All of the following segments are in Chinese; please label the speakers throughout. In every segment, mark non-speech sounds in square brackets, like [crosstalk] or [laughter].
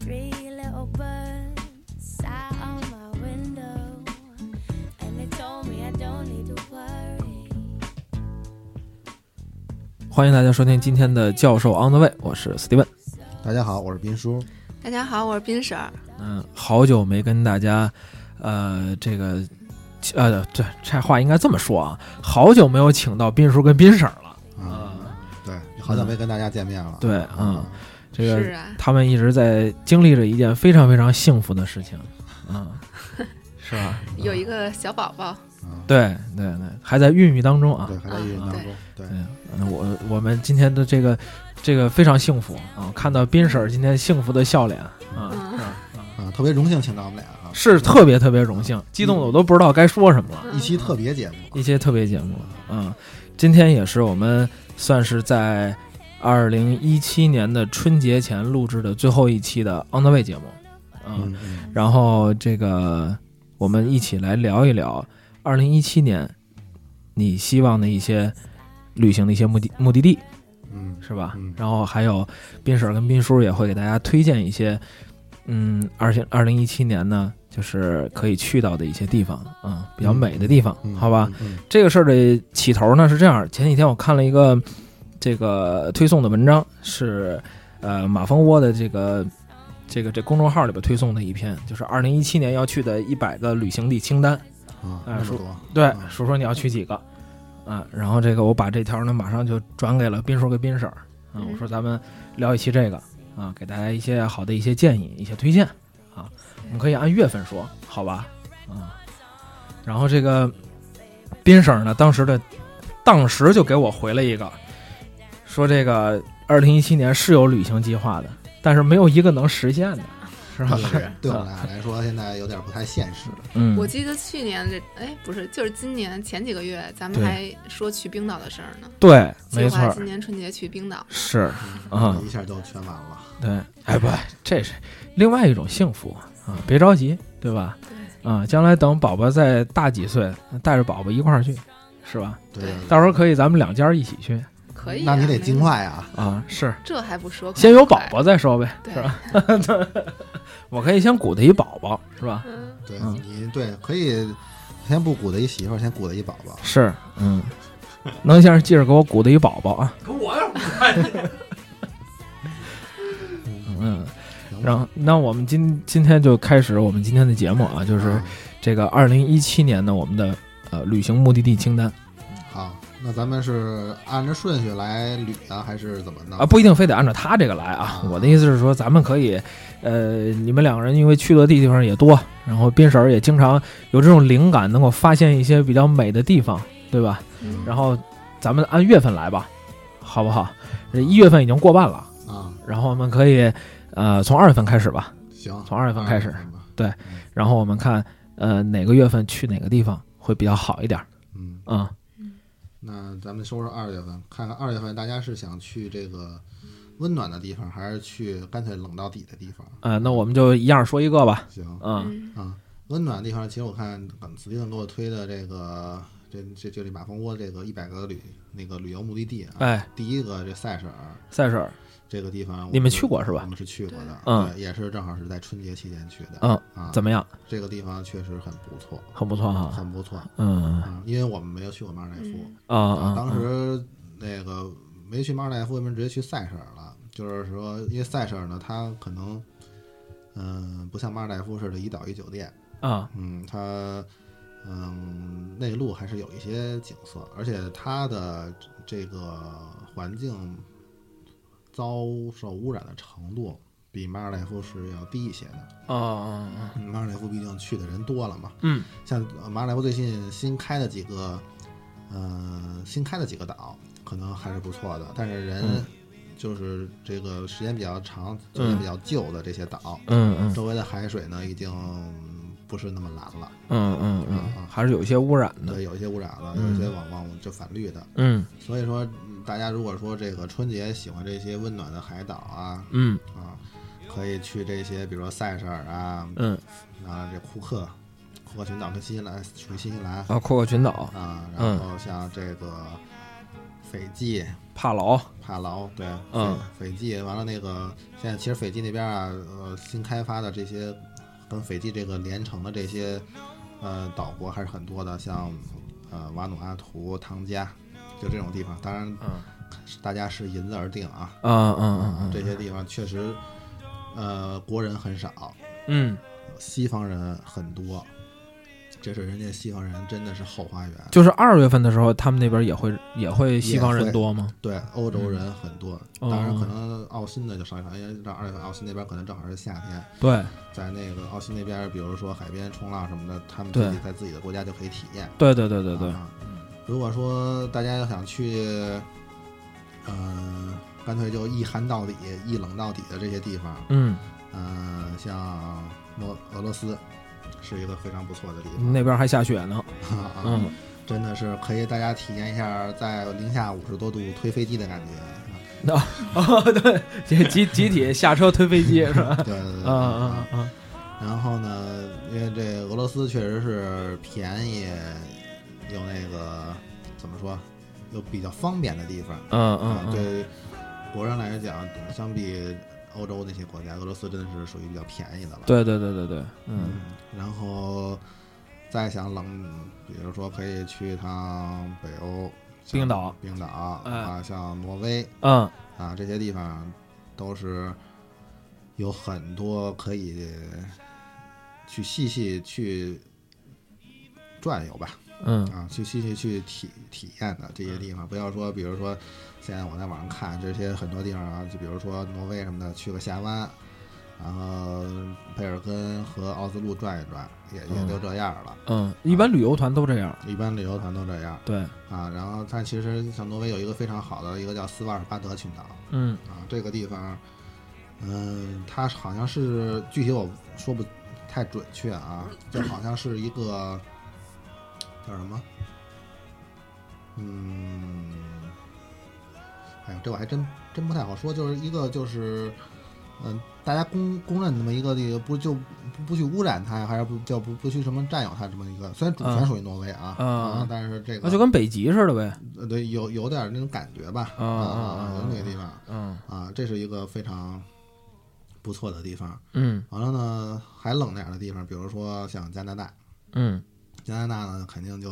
Speaker 1: Three little birds sat on my window, and they told me I don't need to worry.
Speaker 2: 欢迎大家收听今天的《教授 on the way》，我是 Steven。
Speaker 3: 大家好，我是斌叔。
Speaker 4: 大家好，我是斌婶儿。
Speaker 2: 嗯，好久没跟大家，呃，这个，呃，对，这话应该这么说啊，好久没有请到斌叔跟斌婶儿了。
Speaker 3: 啊、对，好久没跟大家见面了。
Speaker 2: 嗯对，嗯，这
Speaker 4: 是
Speaker 2: 个
Speaker 4: 啊，
Speaker 2: 他们一直在经历着一件非常非常幸福的事情，
Speaker 3: [laughs]
Speaker 2: 嗯，是吧？
Speaker 4: 有一个小宝宝，
Speaker 2: 对对对，还在孕育当中啊
Speaker 3: 对，。还在运营当中。对，
Speaker 2: 嗯，我我们今天的这个这个非常幸福啊，看到斌婶儿今天幸福的笑脸啊，
Speaker 4: 嗯
Speaker 2: 是吧
Speaker 3: 啊，特别荣幸请到我们俩啊，
Speaker 2: 是特别特别荣幸，激动的我都不知道该说什么了。
Speaker 4: 嗯
Speaker 3: 一期特别节目。
Speaker 2: 一些特别节目啊、嗯。今天也是我们算是在二零一七年的春节前录制的最后一期的 On the Way 节目，嗯，
Speaker 3: 嗯嗯，
Speaker 2: 然后这个我们一起来聊一聊二零一七年你希望的一些旅行的一些目的目的地，
Speaker 3: 嗯
Speaker 2: 是吧？
Speaker 3: 嗯
Speaker 2: 然后还有斌婶儿跟斌叔也会给大家推荐一些，嗯，二零二零一七年呢，就是可以去到的一些地方啊、嗯比较美的地方，
Speaker 3: 嗯
Speaker 2: 好吧？？
Speaker 3: 嗯
Speaker 2: 这个事儿的起头呢是这样，前几天我看了一个这个推送的文章，是呃马蜂窝的这个这个这公众号里边推送的一篇，就是二零一七年要去的一百个旅行地清单。
Speaker 3: 嗯啊，
Speaker 2: 哎
Speaker 3: 那么
Speaker 2: 说
Speaker 3: 多。
Speaker 2: 对
Speaker 3: 嗯，
Speaker 2: 说说你要去几个啊？然后这个我把这条呢马上就转给了斌叔跟斌婶儿啊，
Speaker 4: 嗯
Speaker 2: 我说咱们聊一期这个啊，给大家一些好的一些建议、一些推荐啊，我们可以按月份说，好吧？啊，然后这个斌婶儿呢，当时的当时就给我回了一个，说这个二零一七年是有旅行计划的，但是没有一个能实现的，是
Speaker 4: [laughs]
Speaker 2: 吧？
Speaker 3: 对，对我们
Speaker 2: 啊
Speaker 3: 俩来说，现在有点不太现实了。
Speaker 2: 嗯，
Speaker 4: 我记得去年这，哎，不是，就是今年前几个月，咱们
Speaker 2: 对
Speaker 4: 还说去冰岛的事儿呢。
Speaker 2: 对，没错
Speaker 4: 计划
Speaker 2: 儿，
Speaker 4: 今年春节去冰岛。
Speaker 2: 是啊。
Speaker 3: 嗯一下就全完了。
Speaker 2: 对，哎不，这是另外一种幸福啊！别着急，对吧？
Speaker 4: 对
Speaker 2: 啊，将来等宝宝再大几岁，带着宝宝一块儿去，是吧？
Speaker 3: 对
Speaker 4: 对，
Speaker 2: 到时候可以咱们两家儿一起去
Speaker 4: 可以
Speaker 3: 那
Speaker 4: 啊。
Speaker 3: 你得
Speaker 4: 没
Speaker 3: 尽
Speaker 4: 问题。
Speaker 3: 快啊。
Speaker 2: 啊！是，
Speaker 4: 这还不说，
Speaker 2: 先有
Speaker 4: 快
Speaker 2: 宝宝再说呗，
Speaker 4: 对
Speaker 2: 是吧？我可以先鼓捣一宝宝，是吧？
Speaker 4: 嗯，
Speaker 3: 对
Speaker 2: 嗯
Speaker 3: 你对可以。先不鼓捣一媳妇儿，先鼓捣一宝宝。
Speaker 2: 是，嗯，能先生记着给我鼓捣一宝宝啊！
Speaker 5: 跟我有关系？啊
Speaker 2: [laughs] 嗯，然后那我们今今天就开始我们今天的节目啊，就是
Speaker 3: 啊
Speaker 2: 这个二零一七年的我们的呃旅行目的地清单。
Speaker 3: 好，那咱们是按着顺序来捋啊，还是怎么弄
Speaker 2: 啊，？不一定非得按照他这个来啊。我的意思是说，咱们可以，呃，你们两个人因为去的地方也多，然后边婶儿也经常有这种灵感，能够发现一些比较美的地方，对吧？
Speaker 4: 嗯
Speaker 2: 然后咱们按月份来吧，好不好？这一月份已经过半了，
Speaker 3: 啊，
Speaker 2: 然后我们可以，呃，从二月份开始吧，
Speaker 3: 行，嗯
Speaker 2: 从二月份开始，
Speaker 3: 吧
Speaker 2: 然后我们看，呃，哪个月份去哪个地方会比较好一点儿
Speaker 3: 嗯。
Speaker 2: 啊、
Speaker 3: 那咱们说说二月份，看看二月份大家是想去这个温暖的地方，还是去干脆冷到底的地方？
Speaker 2: 嗯？呃，那我们就一样说一个吧，
Speaker 3: 行
Speaker 2: 啊、
Speaker 4: 嗯
Speaker 3: 啊，温暖的地方，其实我看子弟们给我推的这个，这这这这马蜂窝这个一百个旅那个旅游目的地啊，
Speaker 2: 哎，
Speaker 3: 第一个这塞舌尔
Speaker 2: 赛婶儿，
Speaker 3: 这个地方我，
Speaker 2: 你们去过是吧
Speaker 3: 我们是去过的，
Speaker 2: 嗯
Speaker 3: 对，也是正好是在春节期间去的，
Speaker 2: 嗯，
Speaker 3: 啊，
Speaker 2: 怎
Speaker 3: 么
Speaker 2: 么样？
Speaker 3: 这个地方确实很不错，
Speaker 2: 很不错哈、
Speaker 3: 很不错
Speaker 2: 嗯
Speaker 3: 啊，因为我们没有去过马尔代夫。
Speaker 4: 嗯
Speaker 2: 啊啊
Speaker 3: 啊，，当时那个没去马尔代夫，为什么直接去塞舌尔了？就是说，因为塞舌尔呢，它可能，嗯、不像马尔代夫似的一岛一酒店，
Speaker 2: 啊，
Speaker 3: 嗯，它，嗯，内陆还是有一些景色，而且它的这个环境遭受污染的程度比马尔代夫是要低一些的。
Speaker 2: 哦，
Speaker 3: 嗯马尔代夫毕竟去的人多了嘛，
Speaker 2: 嗯
Speaker 3: 像呃马尔代夫最近新开的几
Speaker 2: 嗯
Speaker 3: 个，呃，新开的几个岛可能还是不错的，但是人就是这个时间比较长、酒店比较旧的这些岛，
Speaker 2: 嗯嗯
Speaker 3: 周围的海水呢已经不是那么蓝了，
Speaker 2: 嗯嗯嗯，还是有一些污染的。
Speaker 3: 对，有一些污染了，有一些往往就反绿的。
Speaker 2: 嗯
Speaker 3: 所以说，嗯大家如果说这个春节喜欢这些温暖的海岛啊
Speaker 2: 嗯
Speaker 3: 啊，可以去这些，比如说塞舌尔啊，
Speaker 2: 嗯
Speaker 3: 啊这库克、库克群岛跟新西兰属于新西兰
Speaker 2: 啊，库克群岛、
Speaker 3: 啊，
Speaker 2: 嗯
Speaker 3: 然后像这个斐济、
Speaker 2: 帕劳，
Speaker 3: 帕劳，对，
Speaker 2: 嗯
Speaker 3: 斐，斐济完了那个，现在其实斐济那边啊，呃，新开发的这些跟斐济这个连城的这些呃岛国还是很多的，像呃瓦努阿图、汤加，就这种地方，当然
Speaker 2: 嗯
Speaker 3: 大家是银子而定啊，
Speaker 2: 啊嗯嗯
Speaker 3: 这些地方确实，呃，国人很少，
Speaker 2: 嗯，
Speaker 3: 西方人很多，这是人家西方人真的是后花园，
Speaker 2: 就是二月份的时候，他们那边也会也会西方人多吗？
Speaker 3: 对，欧洲人很多，
Speaker 2: 嗯
Speaker 3: 当然可能澳新的就少一少，因为到二月份澳新那边可能正好是夏天，
Speaker 2: 对
Speaker 3: 在那个澳新那边，比如说海边冲浪什么的，他们自己
Speaker 2: 对
Speaker 3: 在自己的国家就可以体验。
Speaker 2: 对对对对对，
Speaker 3: 啊如果说大家要想去，嗯，干脆就一寒到底、一冷到底的这些地方，
Speaker 2: 嗯，
Speaker 3: 嗯，像摩俄罗斯是一个非常不错的地方，
Speaker 2: 那边还下雪呢。
Speaker 3: 啊
Speaker 2: 嗯，
Speaker 3: 真的是可以大家体验一下在零下五十多度推飞机的感觉。啊
Speaker 2: 那 [laughs] 哦对，集集集体下车推 [laughs] 飞机是吧？
Speaker 3: 对对对对
Speaker 2: 啊啊啊！
Speaker 3: 然后呢，因为这俄罗斯确实是便宜，有那个怎么说，有比较方便的地方。
Speaker 2: 嗯
Speaker 3: 啊
Speaker 2: 嗯嗯，
Speaker 3: 对国人来讲，相比欧洲那些国家，俄罗斯真的是属于比较便宜的了。，
Speaker 2: 对对对对对，嗯
Speaker 3: 嗯。然后再想冷，比如说可以去一趟北欧，像
Speaker 2: 冰岛、
Speaker 3: 冰岛
Speaker 2: 哎
Speaker 3: 啊，像挪威
Speaker 2: 嗯
Speaker 3: 啊这些地方，都是有很多可以去细细去转悠吧。
Speaker 2: 嗯
Speaker 3: 啊，去细细去体体验的这些地方，不要说，比如说，现在我在网上看这些很多地方啊，就比如说挪威什么的，去个峡湾，然后贝尔根和奥斯陆转一转，也也就这样了。
Speaker 2: 嗯，一般旅游团都这样。
Speaker 3: 一般旅游团都这样
Speaker 2: 对，
Speaker 3: 啊。然后，但其实像挪威有一个非常好的一个叫斯瓦尔巴德群岛
Speaker 2: 嗯
Speaker 3: 啊，这个地方，嗯，它好像是具体我说不太准确啊，就好像是一个叫什么？嗯，哎呦，这我还真真不太好说，就是一个就是，嗯、大家公公认那么一个这个不就不不去污染它呀，还是不叫不不去什么占有它这么一个，虽然主权
Speaker 2: 嗯
Speaker 3: 属于挪威啊，
Speaker 2: 嗯嗯
Speaker 3: 但是这个
Speaker 2: 那就跟北极似的呗。
Speaker 3: 呃对有有点那种感觉吧，
Speaker 2: 嗯
Speaker 3: 啊
Speaker 2: 嗯
Speaker 3: 有那个地方
Speaker 2: 嗯
Speaker 3: 啊，这是一个非常不错的地方。
Speaker 2: 嗯
Speaker 3: 完了呢，还冷点儿的地方，比如说像加拿大，
Speaker 2: 嗯
Speaker 3: 加拿大呢，肯定就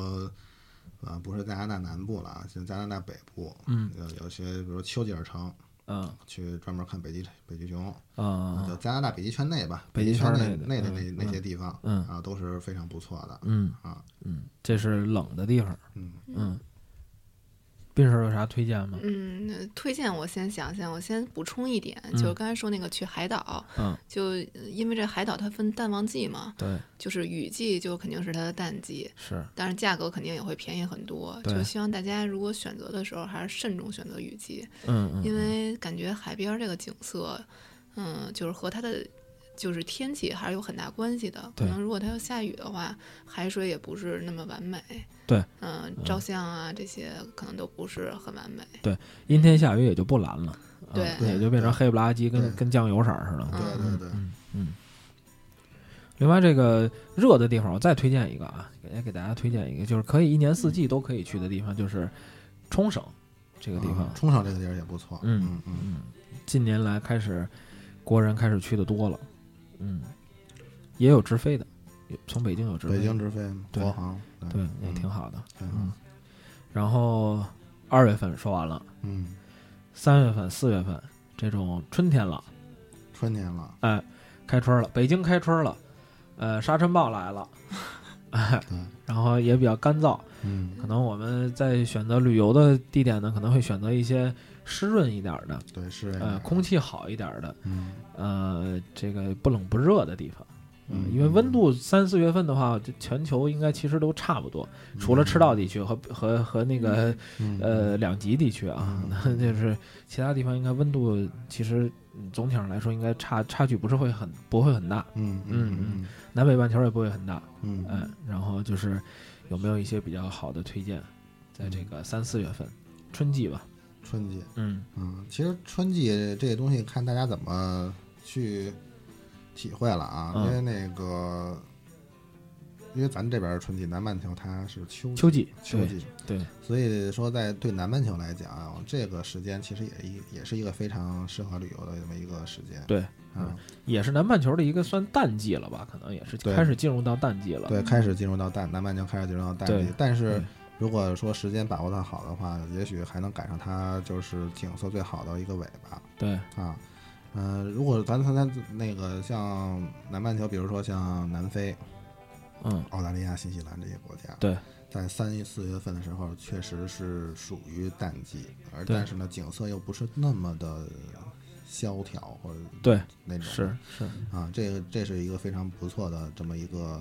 Speaker 3: 呃不是加拿大南部了啊，像加拿大北部，
Speaker 2: 嗯，
Speaker 3: 有有些比如丘吉尔城
Speaker 2: 嗯
Speaker 3: 去专门看北极北极熊，
Speaker 2: 嗯
Speaker 3: 叫加拿大北极圈内吧，
Speaker 2: 北
Speaker 3: 北
Speaker 2: 极圈
Speaker 3: 圈
Speaker 2: 内的
Speaker 3: 内的
Speaker 2: 嗯
Speaker 3: 那那些地方，
Speaker 2: 嗯
Speaker 3: 啊，都是非常不错的，
Speaker 2: 嗯
Speaker 3: 啊，
Speaker 2: 嗯，这是冷的地方。
Speaker 3: 嗯
Speaker 2: 嗯，斌婶有啥推荐吗？
Speaker 4: 嗯，那推荐我先想想，我先补充一点，就是刚才说那个去海岛，
Speaker 2: 嗯，
Speaker 4: 就呃因为这海岛它分淡旺季嘛，
Speaker 2: 对，
Speaker 4: 就是雨季就肯定是它的淡季，
Speaker 2: 是
Speaker 4: 当然价格肯定也会便宜很多。
Speaker 2: 对
Speaker 4: 就希望大家如果选择的时候还是慎重选择雨季，
Speaker 2: 嗯嗯
Speaker 4: 因为感觉海边这个景色，嗯，就是和它的。就是天气还是有很大关系的，可
Speaker 2: 对
Speaker 4: 能如果它要下雨的话，海水也不是那么完美。
Speaker 2: 对，
Speaker 4: 嗯，照相啊这些可能都不是很完美。
Speaker 2: 阴天下雨也就不蓝了，啊
Speaker 4: 对
Speaker 2: 也就变成黑不拉几，跟
Speaker 3: 对
Speaker 2: 跟酱油色儿似的。
Speaker 3: 对对对，
Speaker 2: 嗯另外，这个热的地方，我再推荐一个啊，也给大家推荐一个，就是可以一年四季都可以去的地方，就是冲绳这个地方
Speaker 3: 啊。冲绳这个地儿也不错，
Speaker 2: 嗯
Speaker 3: 嗯嗯。
Speaker 2: 近年来开始国人开始去的多了，嗯，也有直飞的，有从北京有直飞，
Speaker 3: 北京直嗯飞
Speaker 2: 对
Speaker 3: 国航，
Speaker 2: 对也挺，好嗯的。
Speaker 3: 挺好。
Speaker 2: 然后二月份说完了，
Speaker 3: 嗯，
Speaker 2: 三月份、四月份这种春天了，
Speaker 3: 春天了，
Speaker 2: 哎，开春了，北京开春了，呃，沙尘暴来了，哎，
Speaker 3: 对，
Speaker 2: [laughs] 然后也比较干燥，
Speaker 3: 嗯，
Speaker 2: 可能我们在选择旅游的地点呢，可能会选择一些湿润一点儿的，
Speaker 3: 对，是，
Speaker 2: 呃呃，空气好一点儿的，
Speaker 3: 嗯，
Speaker 2: 呃，这个不冷不热的地方。嗯，因为温度三四月份的话，就全球应该其实都差不多，
Speaker 3: 嗯
Speaker 2: 除了赤道地区和和和那个呃两极地区啊，[laughs]
Speaker 3: 嗯
Speaker 2: 那就是其他地方应该温度其实嗯总体上来说应该差差距不是会很不会很大，
Speaker 3: 嗯
Speaker 2: 嗯
Speaker 3: 嗯
Speaker 2: 南北半球也不会很大，
Speaker 3: 嗯嗯，
Speaker 2: 嗯，然后就是有没有一些比较好的推荐，在
Speaker 3: 嗯
Speaker 2: 这个三四月份春季吧，
Speaker 3: 春季，
Speaker 2: 嗯
Speaker 3: 嗯，其实春季这个东西看大家怎么去体会了啊，
Speaker 2: 嗯
Speaker 3: 因为那个，因为咱这边儿春季，南半球它是秋
Speaker 2: 秋季
Speaker 3: 秋季，
Speaker 2: 对对
Speaker 3: 所以说在对南半球来讲啊，这个时间其实也一也是一个非常适合旅游的这么一个时间。
Speaker 2: 对，
Speaker 3: 啊，
Speaker 2: 也是南半球的一个算淡季了吧，可能也是
Speaker 3: 对
Speaker 2: 开始进入到淡季了，
Speaker 3: 对，开始进入到淡南半球开始进入到淡
Speaker 2: 对
Speaker 3: 季，但是
Speaker 2: 嗯
Speaker 3: 如果说时间把握的好的话，也许还能赶上它就是景色最好的一个尾巴
Speaker 2: 对，
Speaker 3: 啊。嗯、如果咱咱咱那个像南半球，比如说像南非、
Speaker 2: 嗯
Speaker 3: 澳大利亚、新西兰这些国家，
Speaker 2: 对，
Speaker 3: 在三四月份的时候，确实是属于淡季，而
Speaker 2: 对
Speaker 3: 但是呢，景色又不是那么的萧条或者
Speaker 2: 对，
Speaker 3: 那种
Speaker 2: 是是，
Speaker 3: 啊，这个这是一个非常不错的这么一个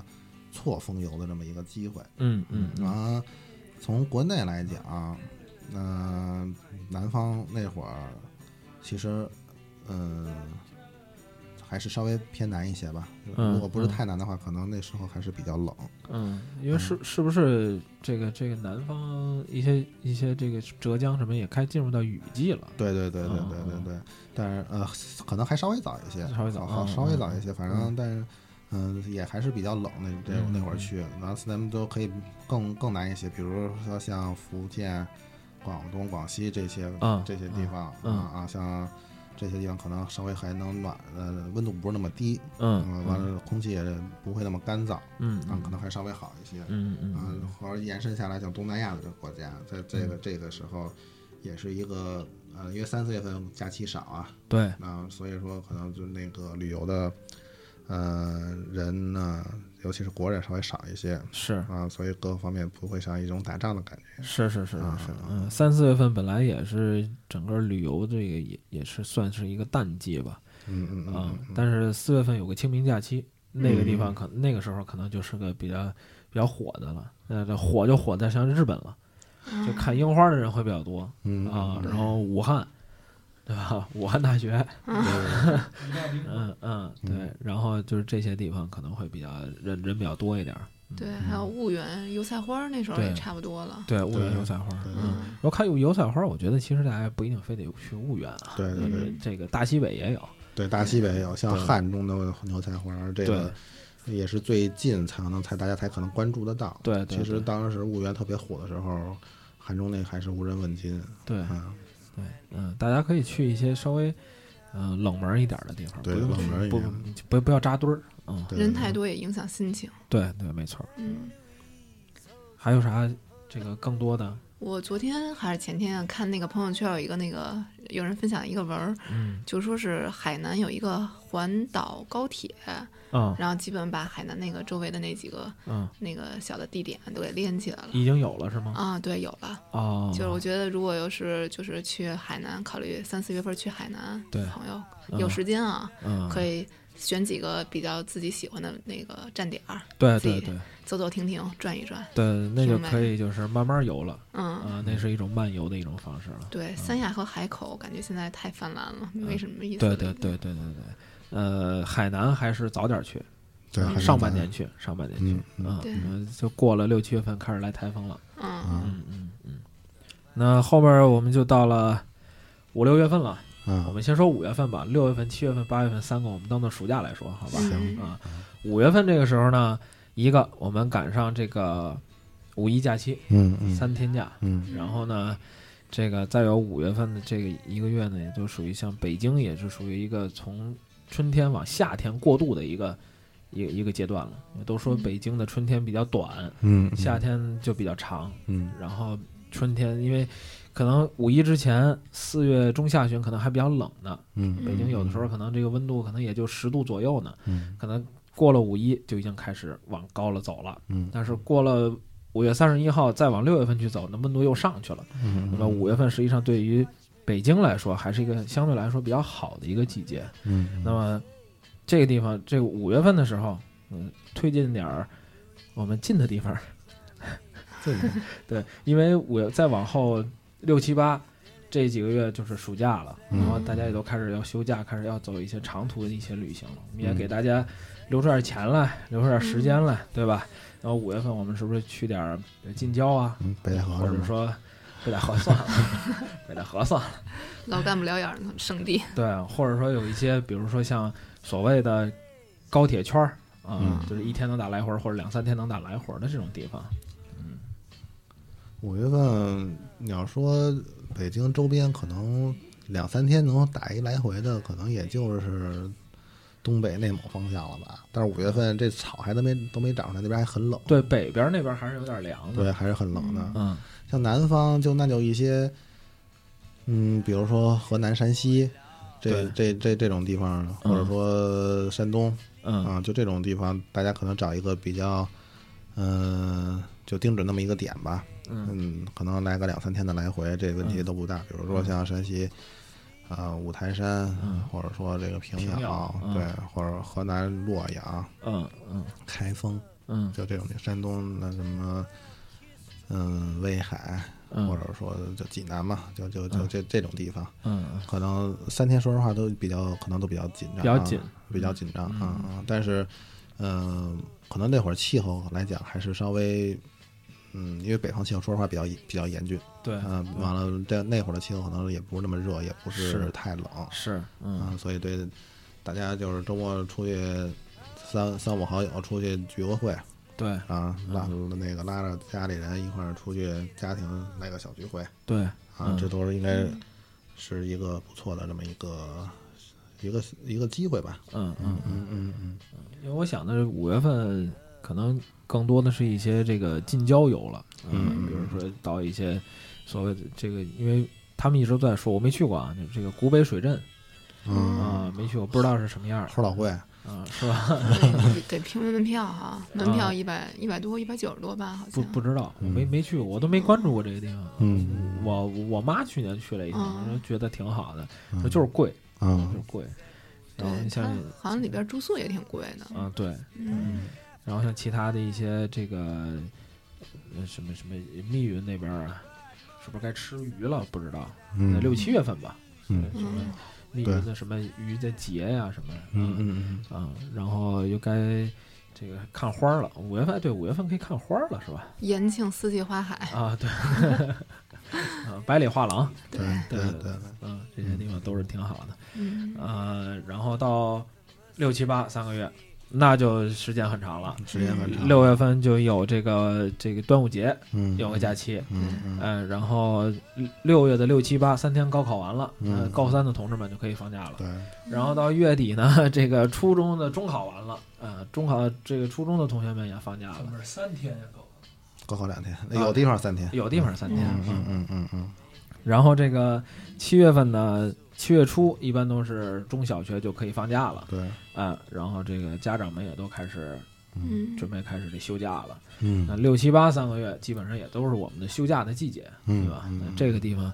Speaker 3: 错峰游的这么一个机会。
Speaker 2: 嗯嗯嗯
Speaker 3: 啊，从国内来讲，嗯、南方那会儿其实，嗯、还是稍微偏南一些吧。
Speaker 2: 嗯
Speaker 3: 如果不是
Speaker 2: 嗯
Speaker 3: 太南的话，可能那时候还是比较冷。
Speaker 2: 嗯，因为是是不是这个这个南方一些一些这个浙江什么也开进入到雨季了，
Speaker 3: 对对对对
Speaker 2: 嗯
Speaker 3: 对
Speaker 2: 嗯
Speaker 3: 对对，但是呃，可能还稍微早一些，
Speaker 2: 稍微早
Speaker 3: 好
Speaker 2: 嗯
Speaker 3: 稍微早一
Speaker 2: 嗯
Speaker 3: 些，反正但是。嗯，也还是比较冷那这
Speaker 2: 嗯
Speaker 3: 那会儿去，然后咱们都可以更更南一些，比如说像福建、广东、广西这些、
Speaker 2: 嗯
Speaker 3: 这些地方，
Speaker 2: 嗯
Speaker 3: 啊啊，像这些地方可能稍微还能暖，呃，温度不是那么低，呃
Speaker 2: 嗯
Speaker 3: 完了空气也不会那么干燥，
Speaker 2: 嗯
Speaker 3: 啊，可
Speaker 2: 嗯
Speaker 3: 能还稍微好一些，
Speaker 2: 嗯
Speaker 3: 啊
Speaker 2: 嗯，
Speaker 3: 或者延伸下来，像东南亚的这个国家，在这个这个时候，也是一个呃，因为三四月份假期少啊，
Speaker 2: 对，
Speaker 3: 啊，所以说可能就那个旅游的呃人呢，尤其是国人稍微少一些
Speaker 2: 是
Speaker 3: 啊，所以各方面不会像一种打仗的感觉。
Speaker 2: 是是是是是
Speaker 3: 啊，
Speaker 2: 嗯，三四月份本来也是整个旅游这个也也是算是一个淡季吧，
Speaker 3: 嗯嗯嗯
Speaker 2: 啊
Speaker 3: 嗯，嗯，
Speaker 2: 但是四月份有个清明假期，那个地方可那个时候可能就是个比较比较火的了，那这火就火在像日本了，就看樱花的人会比较多
Speaker 3: 嗯
Speaker 2: 啊，然后武汉，对吧？武汉大学， [laughs] 嗯嗯，对，然后就是这些地方可能会比较人人比较多一点儿，
Speaker 4: 对，还有婺源油菜花儿那时候
Speaker 2: 对
Speaker 4: 也差不多了。
Speaker 2: 对，婺源
Speaker 3: 对
Speaker 2: 油菜花，
Speaker 3: 对
Speaker 2: 嗯，我看有油菜花，我觉得其实大家不一定非得去婺源啊，
Speaker 3: 对对对
Speaker 2: 这个大西北也有，
Speaker 3: 对，大西北有像
Speaker 2: 对
Speaker 3: 汉中的牛菜花儿，这个也是最近才能才大家才可能关注得到。
Speaker 2: 对对
Speaker 3: 其实
Speaker 2: 对
Speaker 3: 当时婺源特别火的时候，汉中那还是无人问津
Speaker 2: 对。
Speaker 3: 啊，
Speaker 2: 对，嗯，大家可以去一些稍微嗯、呃冷门一点的地方，
Speaker 3: 对
Speaker 2: 不用
Speaker 3: 冷门一
Speaker 2: 不
Speaker 3: 点
Speaker 2: 不不要扎堆儿，嗯，
Speaker 3: 对
Speaker 4: 人太多也影响心情。
Speaker 2: 对对，没错儿。
Speaker 4: 嗯，
Speaker 2: 还有啥这个更多的？
Speaker 4: 我昨天还是前天啊看那个朋友圈有一个那个有人分享一个文儿，
Speaker 2: 嗯
Speaker 4: 就说是海南有一个环岛高铁，
Speaker 2: 嗯
Speaker 4: 然后基本把海南那个周围的那几个
Speaker 2: 嗯，
Speaker 4: 那个小的地点都给连起来了。
Speaker 2: 已经有了是吗？
Speaker 4: 啊，对，有了。
Speaker 2: 嗯哦，
Speaker 4: 就是我觉得，如果要是就是去海南，考虑三四月份去海南，
Speaker 2: 对
Speaker 4: 朋友
Speaker 2: 嗯
Speaker 4: 有时间啊，
Speaker 2: 嗯
Speaker 4: 可
Speaker 2: 以，
Speaker 4: 以选几个比较自己喜欢的那个站点儿，
Speaker 2: 对
Speaker 4: 自
Speaker 2: 对
Speaker 4: 己
Speaker 2: 对
Speaker 4: 走走停停，转一转。
Speaker 2: 对，那就
Speaker 4: 挺美
Speaker 2: 可以就是慢慢游了
Speaker 4: 嗯，
Speaker 2: 啊，那是一种漫游的一种方式了。
Speaker 4: 对，三亚和海口感觉现在太泛滥了，没什么意思
Speaker 2: 嗯对
Speaker 4: 了。
Speaker 2: 对对对对对，呃，海南还是早点去，
Speaker 3: 对，还是
Speaker 2: 上半
Speaker 3: 咱
Speaker 2: 年去，上半年去
Speaker 3: 嗯，嗯
Speaker 2: 啊
Speaker 4: 对，
Speaker 2: 嗯就过了六七月份开始来台风了。
Speaker 4: 嗯，
Speaker 3: 啊
Speaker 2: 那后面我们就到了五六月份了，我
Speaker 3: 啊，
Speaker 2: 们先说五月份吧。六月份、七月份、八月份三个，我们当做暑假来说，好吧？
Speaker 4: 嗯
Speaker 2: 啊，五月份这个时候呢，一个我们赶上这个五一假期，
Speaker 3: 嗯嗯
Speaker 2: 三天假，
Speaker 3: 嗯
Speaker 2: 然后呢，这个再有五月份的这个一个月呢，也就属于像北京，也是属于一个从春天往夏天过渡的一个一个一个阶段了。因为都说北京的春天比较短，
Speaker 3: 嗯，
Speaker 2: 夏天就比较长，
Speaker 3: 嗯
Speaker 2: 然后春天，因为可能五一之前，四月中下旬可能还比较冷呢。
Speaker 3: 嗯，
Speaker 2: 北京有的时候可能这个温度可能也就十度左右呢，
Speaker 3: 嗯
Speaker 2: 可能过了五一就已经开始往高了走了。
Speaker 3: 嗯
Speaker 2: 但是过了五月三十一号再往六月份去走，那温度又上去了。
Speaker 3: 嗯
Speaker 2: 那么五月份实际上对于北京来说，还是一个相对来说比较好的一个季节。
Speaker 3: 嗯
Speaker 2: 那么这个地方，这个五月份的时候，嗯，推进点儿我们近的地
Speaker 3: [laughs]
Speaker 2: 方。
Speaker 3: 对，
Speaker 2: 对，因为我再往后六七八这几个月就是暑假了，
Speaker 3: 嗯
Speaker 2: 然后大家也都开始要休假，开始要走一些长途的一些旅行了。我们
Speaker 3: 嗯
Speaker 2: 也给大家留出点钱来，留出点时间来，对吧？然后五月份我们是不是去点儿近郊啊，
Speaker 3: 嗯，北戴河
Speaker 2: 或
Speaker 3: 是
Speaker 2: 者
Speaker 3: 吗？
Speaker 2: 说北戴河算啊
Speaker 3: [laughs]
Speaker 2: 了，北戴河算了。
Speaker 4: 老干部疗养
Speaker 2: [laughs]
Speaker 4: 圣地，
Speaker 2: 对，或者说有一些，比如说像所谓的高铁圈儿啊、
Speaker 3: 嗯
Speaker 2: 就是一天能打来回儿，或者两三天能打来回儿的这种地方。
Speaker 3: 五月份你要说北京周边，可能两三天能打一来回的，可能也就是东北、内蒙方向了吧。但是五月份这草还都没都没长出来，那边还很冷，
Speaker 2: 对，北边儿那边儿还是有点凉的。
Speaker 3: 对，还是很冷的。
Speaker 2: 嗯
Speaker 3: 像南方就那就一些，嗯，比如说河南、山西，这这这这种地方，或者说山东
Speaker 2: 嗯
Speaker 3: 啊，就这种地方，大家可能找一个比较，嗯，就盯准那么一个点吧，
Speaker 2: 嗯
Speaker 3: 嗯，可能来个两三天的来回，这问题都不大。比如
Speaker 2: 嗯
Speaker 3: 说像山西。啊，五台山，或者说这个平
Speaker 2: 平
Speaker 3: 遥
Speaker 2: 遥，嗯
Speaker 3: 对，或者河南洛阳、
Speaker 2: 嗯嗯
Speaker 3: 开封，
Speaker 2: 嗯
Speaker 3: 就这种地山东那什么，嗯，威海，
Speaker 2: 嗯，
Speaker 3: 或者说就济南嘛，就就就这这种地方，
Speaker 2: 嗯嗯
Speaker 3: 可能三天说实话都比较可能都比较紧张、啊，
Speaker 2: 比较紧，
Speaker 3: 比较紧张啊、嗯但是，嗯、可能那会儿气候来讲还是稍微，嗯，因为北方气候说实话比较比较严峻，
Speaker 2: 对，
Speaker 3: 嗯、
Speaker 2: 对
Speaker 3: 完了这那会儿的气候可能也不是那么热，也不
Speaker 2: 是
Speaker 3: 是太冷，
Speaker 2: 是
Speaker 3: 啊、
Speaker 2: 嗯
Speaker 3: 所以对大家就是周末出去三三五好友出去聚个会，
Speaker 2: 对
Speaker 3: 啊，拉
Speaker 2: 嗯
Speaker 3: 那个拉着家里人一块儿出去家庭来个小聚会
Speaker 2: 对
Speaker 3: 啊，这都是应该是一个不错的这么一个一个一个机会吧。
Speaker 2: 嗯嗯，
Speaker 3: 嗯嗯嗯，
Speaker 2: 因为我想的是五月份可能更多的是一些这个近郊游了，
Speaker 3: 嗯
Speaker 2: 比如说到一些所谓的这个，因为他们一直都在说，我没去过啊，就这个古北水镇
Speaker 3: 嗯
Speaker 2: 啊，没去过，不知道是什么样儿
Speaker 3: 猴老会
Speaker 2: 啊，是吧？
Speaker 4: 对得平民门票哈，门票一百一百多，一百九十多吧，好
Speaker 2: [laughs] 嗯不
Speaker 4: 像
Speaker 2: 不知道，我没没去过，我都没关注过这个地方。
Speaker 3: 嗯
Speaker 2: 我我妈去年去了一趟，
Speaker 4: 嗯
Speaker 2: 说觉得挺好的，
Speaker 3: 嗯
Speaker 2: 说就是贵，就
Speaker 3: 啊
Speaker 2: 是贵。然后
Speaker 4: 对，
Speaker 2: 你像
Speaker 4: 它好像里边住宿也挺贵的，
Speaker 2: 啊，对，
Speaker 4: 嗯，
Speaker 2: 然后像其他的一些这个呃什么什么密云那边啊，是不是该吃鱼了？不知道，那六七月份吧。
Speaker 3: 嗯
Speaker 2: 对什么密
Speaker 3: 对
Speaker 2: 云的什么鱼的节呀、什么的，
Speaker 3: 嗯嗯
Speaker 2: 啊，然后又该这个看花儿了。五月份哎对，五月份可以看花儿了，是吧？
Speaker 4: 延庆四季花海，
Speaker 2: 啊，对， [laughs] 啊，百里画廊，
Speaker 3: 对对对，
Speaker 2: 嗯，这些地方都是挺好的。
Speaker 4: 嗯，
Speaker 2: 呃，然后到六七八三个月，那就时间很长了。
Speaker 3: 时间很长。
Speaker 2: 六月份就有这个这个端午节，
Speaker 3: 嗯
Speaker 2: 有个假期，
Speaker 3: 嗯嗯
Speaker 2: 嗯，然后六月的六七八三天高考完了，
Speaker 3: 嗯
Speaker 2: 呃高三的同志们就可以放假了。
Speaker 3: 对
Speaker 2: 然后到月底呢，这个初中的中考完了，呃，中考这个初中的同学们也放假了，
Speaker 5: 是三天呀够了。
Speaker 3: 高考两天，啊有地方三天。
Speaker 2: 有地方三天。
Speaker 3: 嗯嗯嗯嗯
Speaker 2: 然后这个七月份呢，七月初一般都是中小学就可以放假了，
Speaker 3: 对
Speaker 2: 啊、然后这个家长们也都开始
Speaker 4: 嗯，
Speaker 2: 准备开始这休假了。
Speaker 3: 嗯
Speaker 2: 那六七八三个月基本上也都是我们的休假的季节，
Speaker 3: 嗯
Speaker 2: 对吧？
Speaker 3: 嗯
Speaker 2: 那这个地方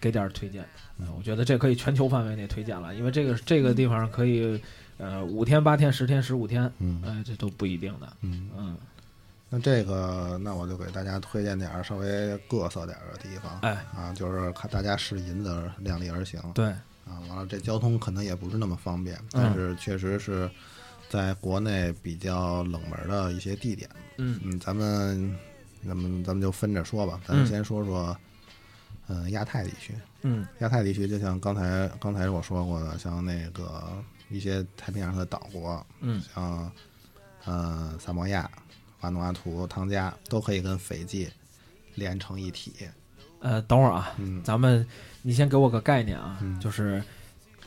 Speaker 2: 给点儿推荐，呃我觉得这可以全球范围内推荐了，因为这个这个地方可以，呃，五天、八天、十天、十五天，
Speaker 3: 嗯
Speaker 2: 呃，这都不一定的。
Speaker 3: 嗯。
Speaker 2: 嗯，
Speaker 3: 那这个，那我就给大家推荐点儿稍微各色点儿的地方，
Speaker 2: 哎
Speaker 3: 啊，就是看大家视银子量力而行
Speaker 2: 对，
Speaker 3: 啊。完了，这交通可能也不是那么方便，但是确实是在国内比较冷门的一些地点。
Speaker 2: 嗯
Speaker 3: 嗯，咱们咱们咱们就分着说吧，咱们
Speaker 2: 嗯
Speaker 3: 先说说，嗯、亚太地区。
Speaker 2: 嗯
Speaker 3: 亚太地区就像刚才刚才我说过的，像那个一些太平洋上的岛国，
Speaker 2: 嗯
Speaker 3: 像呃萨摩亚、瓦努阿图、汤加都可以跟斐济连成一体。
Speaker 2: 呃，等会儿啊，
Speaker 3: 嗯，
Speaker 2: 咱们你先给我个概念啊，
Speaker 3: 嗯
Speaker 2: 就是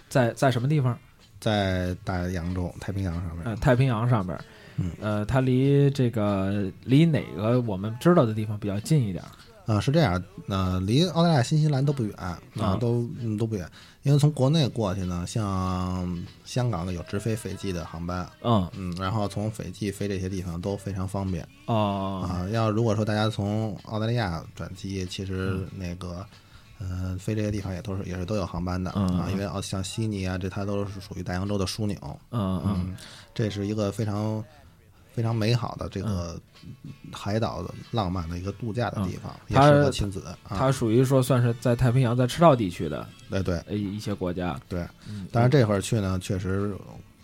Speaker 2: 在在什么地方？
Speaker 3: 在大洋洲、太平洋上面，
Speaker 2: 呃，太平洋上边儿。
Speaker 3: 嗯
Speaker 2: 呃，它离这个离哪个我们知道的地方比较近一点儿？
Speaker 3: 呃，是这样，呃，离澳大利亚、新西兰都不远啊，
Speaker 2: 啊
Speaker 3: 都、嗯、都不远，因为从国内过去呢，像香港的有直飞斐济的航班，
Speaker 2: 嗯
Speaker 3: 嗯，然后从斐济飞这些地方都非常方便。
Speaker 2: 哦，
Speaker 3: 啊，要如果说大家从澳大利亚转机，其实
Speaker 2: 嗯
Speaker 3: 那个，呃，飞这些地方也都是也是都有航班的、
Speaker 2: 嗯
Speaker 3: 啊，因为澳像悉尼啊，这它都是属于大洋洲的枢纽，
Speaker 2: 嗯嗯
Speaker 3: 这是一个非常非常美好的这个海岛的浪漫的一个度假的地方，也
Speaker 2: 嗯它
Speaker 3: 适合亲子啊。哎
Speaker 2: 它属于说算是在太平洋在赤道地区的
Speaker 3: 对对
Speaker 2: 呃一一些国家，
Speaker 3: 对，
Speaker 2: 嗯
Speaker 3: 当然这会儿去呢，确实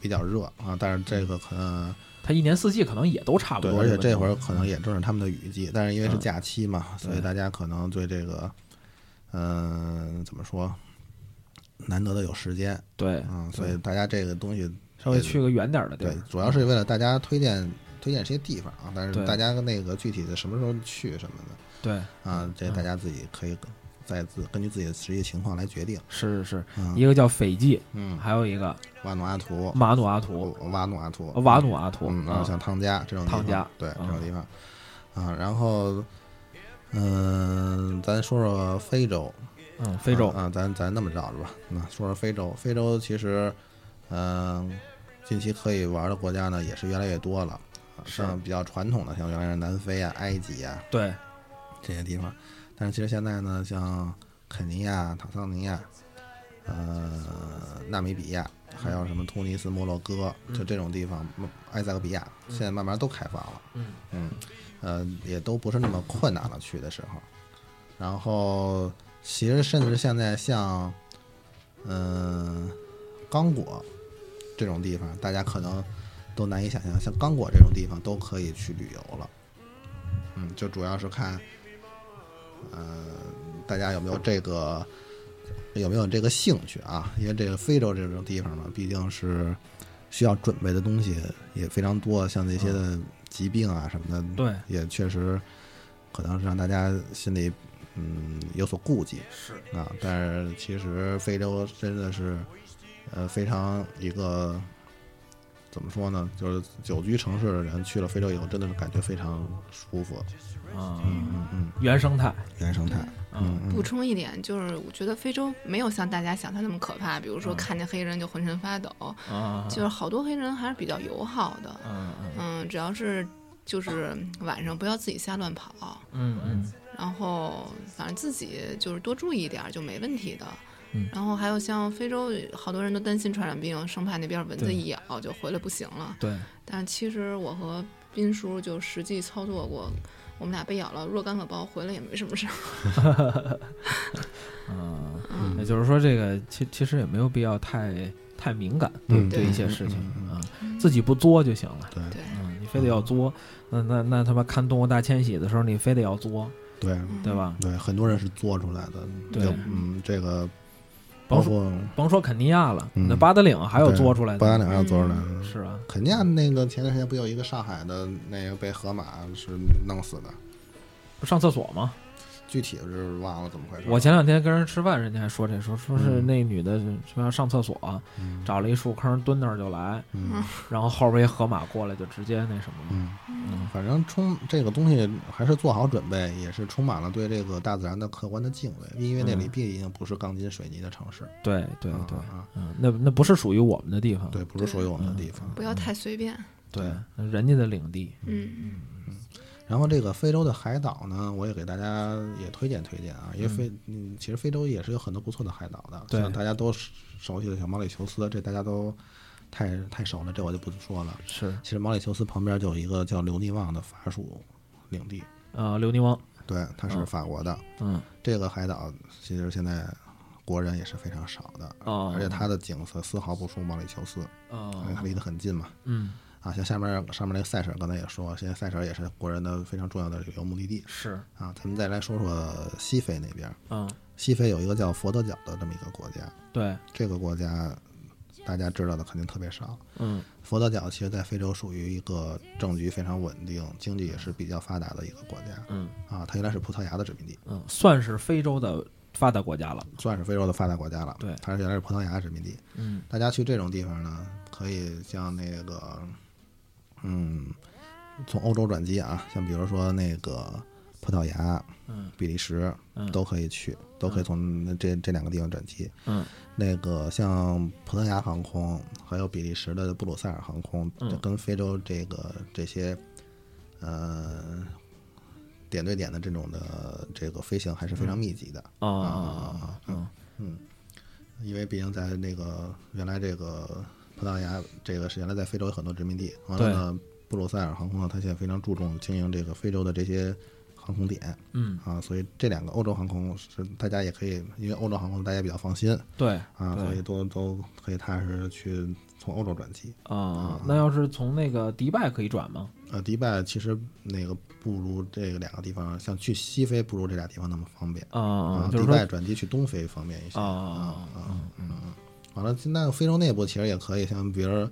Speaker 3: 比较热啊，但是这个可能
Speaker 2: 它一年四季可能也都嗯差不
Speaker 3: 对，
Speaker 2: 多。嗯
Speaker 3: 而且
Speaker 2: 日本
Speaker 3: 这会儿可能也正是他们的雨季，但是因为
Speaker 2: 嗯
Speaker 3: 是假期嘛，所以
Speaker 2: 对
Speaker 3: 大家可能对这个，嗯、怎么说，难得的有时间，
Speaker 2: 对，
Speaker 3: 嗯，所以大家这个东西，呃
Speaker 2: 稍微去个远点儿的地
Speaker 3: 对
Speaker 2: 儿，，
Speaker 3: 主要是为了大家推荐推荐这些地方啊，但
Speaker 2: 对
Speaker 3: 是大家那个具体的什么时候去什么的
Speaker 2: 对，
Speaker 3: 啊，这
Speaker 2: 嗯
Speaker 3: 大家自己可以再自根据自己的实际情况来决定。
Speaker 2: 是是，
Speaker 3: 嗯
Speaker 2: 一个叫斐济，
Speaker 3: 嗯，
Speaker 2: 还有一个
Speaker 3: 瓦努阿图，
Speaker 2: 马努阿图，
Speaker 3: 瓦努阿图，
Speaker 2: 瓦努阿图
Speaker 3: 哦嗯，然后
Speaker 2: 哦啊，
Speaker 3: 像汤家这种地方
Speaker 2: 汤家
Speaker 3: 对这
Speaker 2: 嗯
Speaker 3: 种地方，啊，然后，嗯，咱说说非洲，
Speaker 2: 嗯，非洲，
Speaker 3: 啊，咱咱那么着着吧，那说说非洲，非洲其实，嗯，近期可以玩的国家呢也是越来越多了，啊
Speaker 2: 是
Speaker 3: 像比较传统的像原来的南非啊、埃及啊
Speaker 2: 对，
Speaker 3: 这些地方，但是其实现在呢，像肯尼亚、坦桑尼亚，呃，纳米比亚，还有什么突尼斯、摩洛哥，就这种地方，嗯埃塞俄比亚，现在慢慢都开放了。
Speaker 2: 嗯
Speaker 3: 嗯，呃，也都不是那么困难了，去的时候。然后，其实甚至现在像，嗯、刚果这种地方，大家可能都难以想象，像刚果这种地方都可以去旅游了。嗯，就主要是看，呃，大家有没有这个有没有这个兴趣啊？因为这个非洲这种地方嘛，毕竟是需要准备的东西也非常多，像那些的疾病啊什么的，
Speaker 2: 对，
Speaker 3: 也确实可能是让大家心里嗯有所顾忌
Speaker 2: 是，
Speaker 3: 啊。但是其实非洲真的是呃非常一个。怎么说呢？就是久居城市的人去了非洲以后，真的是感觉非常舒服。
Speaker 2: 啊，
Speaker 3: 嗯嗯，
Speaker 2: 原生态，
Speaker 3: 原生态。
Speaker 2: 嗯，
Speaker 4: 补充一点，就是我觉得非洲没有像大家想象那么可怕，比如说看见黑人就浑身发抖，
Speaker 2: 嗯啊，
Speaker 4: 就是好多黑人还是比较友好的。
Speaker 2: 嗯嗯
Speaker 4: 嗯，只要是就是晚上不要自己瞎乱跑，
Speaker 2: 嗯嗯，
Speaker 4: 然后反正自己就是多注意一点儿就没问题的。
Speaker 2: 嗯
Speaker 4: 然后还有像非洲，好多人都担心传染病，生怕那边蚊子
Speaker 2: 对
Speaker 4: 一咬就回来不行了。
Speaker 2: 对，
Speaker 4: 但其实我和斌叔就实际操作过，我们俩被咬了若干个包，回来也没什么事儿。
Speaker 2: 嗯，
Speaker 4: 嗯，
Speaker 2: 也就是说，这个其其实也没有必要太太敏感
Speaker 3: 嗯
Speaker 2: 对
Speaker 4: 对
Speaker 2: 一些事情
Speaker 3: 嗯嗯
Speaker 2: 啊，自己不作就行了。
Speaker 3: 对
Speaker 4: 对，
Speaker 2: 嗯，你非得要作，那那那他妈看动物大迁徙的时候，你非得要作，
Speaker 3: 对
Speaker 2: 对吧？
Speaker 3: 对，很多人是做出来的。
Speaker 2: 对
Speaker 3: 就嗯，这个包
Speaker 2: 甭说
Speaker 3: 括
Speaker 2: 甭说肯尼亚了，
Speaker 3: 嗯
Speaker 2: 那巴德岭还有
Speaker 3: 对
Speaker 2: 作出来的，
Speaker 3: 巴拿两要做出来的。
Speaker 2: 是啊，
Speaker 3: 肯尼亚那个前段时间不有一个上海的那个被河马是弄死的，
Speaker 2: 不上厕所吗？
Speaker 3: 具体是忘了怎么回事。
Speaker 2: 我前两天跟人吃饭，人家还说这说说是那女的什么要上厕所，
Speaker 3: 嗯
Speaker 2: 找了一树坑蹲那儿就来，
Speaker 3: 嗯
Speaker 2: 然后后边一河马过来就直接那什么了。
Speaker 3: 嗯，反正充这个东西还是做好准备，也是充满了对这个大自然的客观的敬畏，因为那
Speaker 2: 嗯
Speaker 3: 里毕竟不是钢筋水泥的城市。
Speaker 2: 对对对，
Speaker 3: 啊啊，
Speaker 2: 嗯，那那不是属于我们的地方，
Speaker 3: 对，不是属于我们的地方。
Speaker 4: 不要太随便。
Speaker 2: 对，那人家的领地。
Speaker 4: 嗯，
Speaker 3: 然后这个非洲的海岛呢，我也给大家也推荐推荐啊，因为非嗯，其实非洲也是有很多不错的海岛的，
Speaker 2: 对
Speaker 3: 像大家都熟悉的像毛里求斯，这大家都太太熟了，这我就不说了。
Speaker 2: 是，
Speaker 3: 其实毛里求斯旁边就有一个叫留尼旺的法属领地，
Speaker 2: 呃，留尼汪，
Speaker 3: 对，它是法国的。
Speaker 2: 嗯，
Speaker 3: 这个海岛其实现在国人也是非常少的，
Speaker 2: 哦
Speaker 3: 啊而且它的景色丝毫不输毛里求斯，因为
Speaker 2: 哦，
Speaker 3: 它离得很近嘛。
Speaker 2: 嗯，
Speaker 3: 啊，像下面上面那个塞舌，刚才也说，现在塞舌也是国人的非常重要的旅游目的地。
Speaker 2: 是，
Speaker 3: 啊，咱们再来说说西非那边儿。
Speaker 2: 嗯，
Speaker 3: 西非有一个叫佛得角的这么一个国家，
Speaker 2: 对，
Speaker 3: 这个国家大家知道的肯定特别少。
Speaker 2: 嗯，
Speaker 3: 佛得角其实在非洲属于一个政局非常稳定、经济也是比较发达的一个国家。
Speaker 2: 嗯，
Speaker 3: 啊，它原来是葡萄牙的殖民地，
Speaker 2: 嗯，算是非洲的发达国家了。
Speaker 3: 算是非洲的发达国家了。
Speaker 2: 对
Speaker 3: 它是原来是葡萄牙殖民地。
Speaker 2: 嗯，
Speaker 3: 大家去这种地方呢，可以像那个，嗯，从欧洲转机啊，像比如说那个葡萄牙、
Speaker 2: 嗯
Speaker 3: 比利时，
Speaker 2: 嗯
Speaker 3: 都可以去，都可以从这这两个地方转机。
Speaker 2: 嗯，
Speaker 3: 那个像葡萄牙航空，还有比利时的布鲁塞尔航空，
Speaker 2: 嗯
Speaker 3: 就跟非洲这个这些，呃。点对点的这种的这个飞行还是非常密集的，
Speaker 2: 啊啊啊啊！
Speaker 3: 嗯因为毕竟在那个原来这个葡萄牙，这个是原来在非洲有很多殖民地，完了呢，布鲁塞尔航空呢，它现在非常注重经营这个非洲的这些航空点
Speaker 2: 嗯，
Speaker 3: 啊，所以这两个欧洲航空是大家也可以，因为欧洲航空大家比较放心
Speaker 2: 对
Speaker 3: 啊，所
Speaker 2: 对
Speaker 3: 以都都可以踏实地去从欧洲转机。
Speaker 2: 啊，那要是从那个迪拜可以转吗？
Speaker 3: 呃，迪拜其实那个不如这个两个地方，像去西非不如这俩地方那么方便
Speaker 2: 啊啊，就
Speaker 3: 迪
Speaker 2: 是说
Speaker 3: 拜转机去东非方便一些
Speaker 2: 啊
Speaker 3: 啊啊嗯，完了，那非洲内部其实也可以，像比如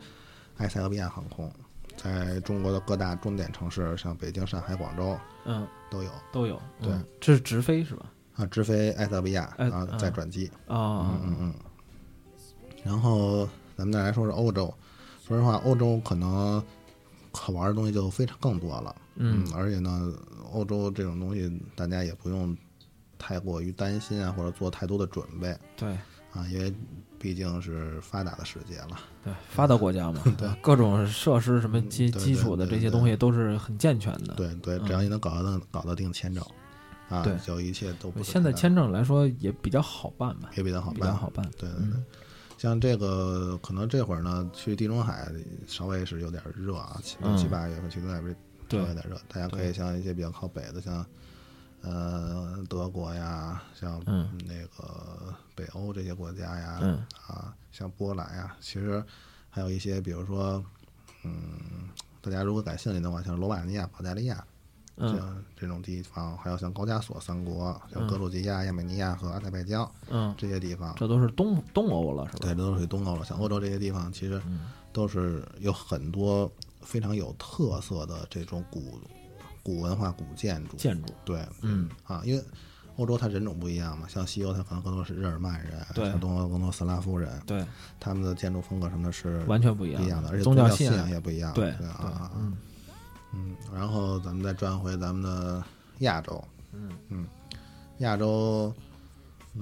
Speaker 3: 埃塞俄比亚航空，在中国的各大重点城市，像北京、上海、广州
Speaker 2: 嗯，
Speaker 3: 都有
Speaker 2: 都有。
Speaker 3: 对
Speaker 2: 嗯，这是直飞是吧？
Speaker 3: 啊，直飞埃塞俄比亚
Speaker 2: 哎
Speaker 3: 啊
Speaker 2: 啊
Speaker 3: 再转机，
Speaker 2: 啊，
Speaker 3: 嗯嗯。然后咱们再来说说欧洲，说实话，欧洲可能可玩的东西就非常更多了。
Speaker 2: 嗯，
Speaker 3: 而且呢，欧洲这种东西大家也不用太过于担心啊，或者做太多的准备
Speaker 2: 对
Speaker 3: 啊，因为毕竟是发达的世界了。
Speaker 2: 对，发达国家嘛，对，各种设施什么基
Speaker 3: 嗯对
Speaker 2: 基
Speaker 3: 对
Speaker 2: 础的
Speaker 3: 对
Speaker 2: 这些
Speaker 3: 对
Speaker 2: 东西都是很健全的。嗯
Speaker 3: 对对，只要你能搞得搞得定签证啊
Speaker 2: 对，
Speaker 3: 就一切都不是
Speaker 2: 现在
Speaker 3: 太大
Speaker 2: 签证来说也比较好办吧，
Speaker 3: 也比较好
Speaker 2: 比
Speaker 3: 办
Speaker 2: 较，好办。嗯
Speaker 3: 对对对。像这个，可能这会儿呢，去地中海稍微是有点热啊，七
Speaker 2: 嗯
Speaker 3: 七八月份去地中海不是稍
Speaker 2: 对
Speaker 3: 微有点热，大家可以像一些比较靠北的，像呃德国呀，像
Speaker 2: 嗯
Speaker 3: 那个北欧这些国家呀，
Speaker 2: 嗯
Speaker 3: 啊，像波兰呀，其实还有一些，比如说，嗯，大家如果感兴趣的话，像罗马尼亚、保加利亚，
Speaker 2: 嗯
Speaker 3: 像这种地方，还有像高加索三国，像格鲁吉亚、亚美尼亚和阿塞拜疆
Speaker 2: 嗯，
Speaker 3: 这些地方，
Speaker 2: 这都是东东欧了，是吧？
Speaker 3: 对，这都属于东欧了。像欧洲这些地方，其实
Speaker 2: 嗯
Speaker 3: 都是有很多非常有特色的这种古古文化、古建筑。
Speaker 2: 建筑，
Speaker 3: 对，嗯啊，因为欧洲它人种不一样嘛，像西欧它可能更多是日耳曼人，
Speaker 2: 对
Speaker 3: 像东欧更多斯拉夫人，
Speaker 2: 对，
Speaker 3: 他们的建筑风格什么的是
Speaker 2: 完全不一
Speaker 3: 不
Speaker 2: 样
Speaker 3: 一样的，而且
Speaker 2: 宗
Speaker 3: 教
Speaker 2: 信
Speaker 3: 也不一样。
Speaker 2: 对
Speaker 3: 对啊，嗯嗯，然后咱们再转回咱们的亚洲，嗯嗯，亚洲，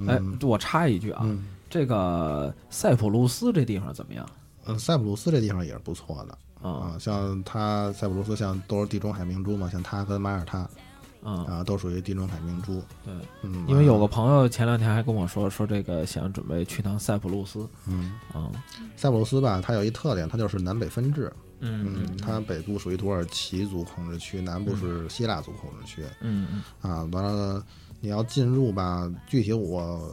Speaker 2: 哎，我插一句啊，
Speaker 3: 嗯
Speaker 2: 这个塞浦路斯这地方怎么样？
Speaker 3: 嗯，塞浦路斯这地方也是不错的。
Speaker 2: 啊
Speaker 3: 啊，像它塞浦路斯像都是地中海明珠嘛，像它跟马耳他
Speaker 2: 啊，
Speaker 3: 啊都属于地中海明珠。
Speaker 2: 对，
Speaker 3: 嗯，
Speaker 2: 因为有个朋友前两天还跟我说，说这个想准备去趟塞浦路斯。
Speaker 3: 嗯，
Speaker 2: 啊，
Speaker 3: 塞浦路斯吧，它有一特点，它就是南北分治。
Speaker 2: 嗯
Speaker 3: 嗯，它北部属于土耳其族控制区，南部是希腊族控制区。
Speaker 2: 嗯嗯
Speaker 3: 啊，完了你要进入吧，具体我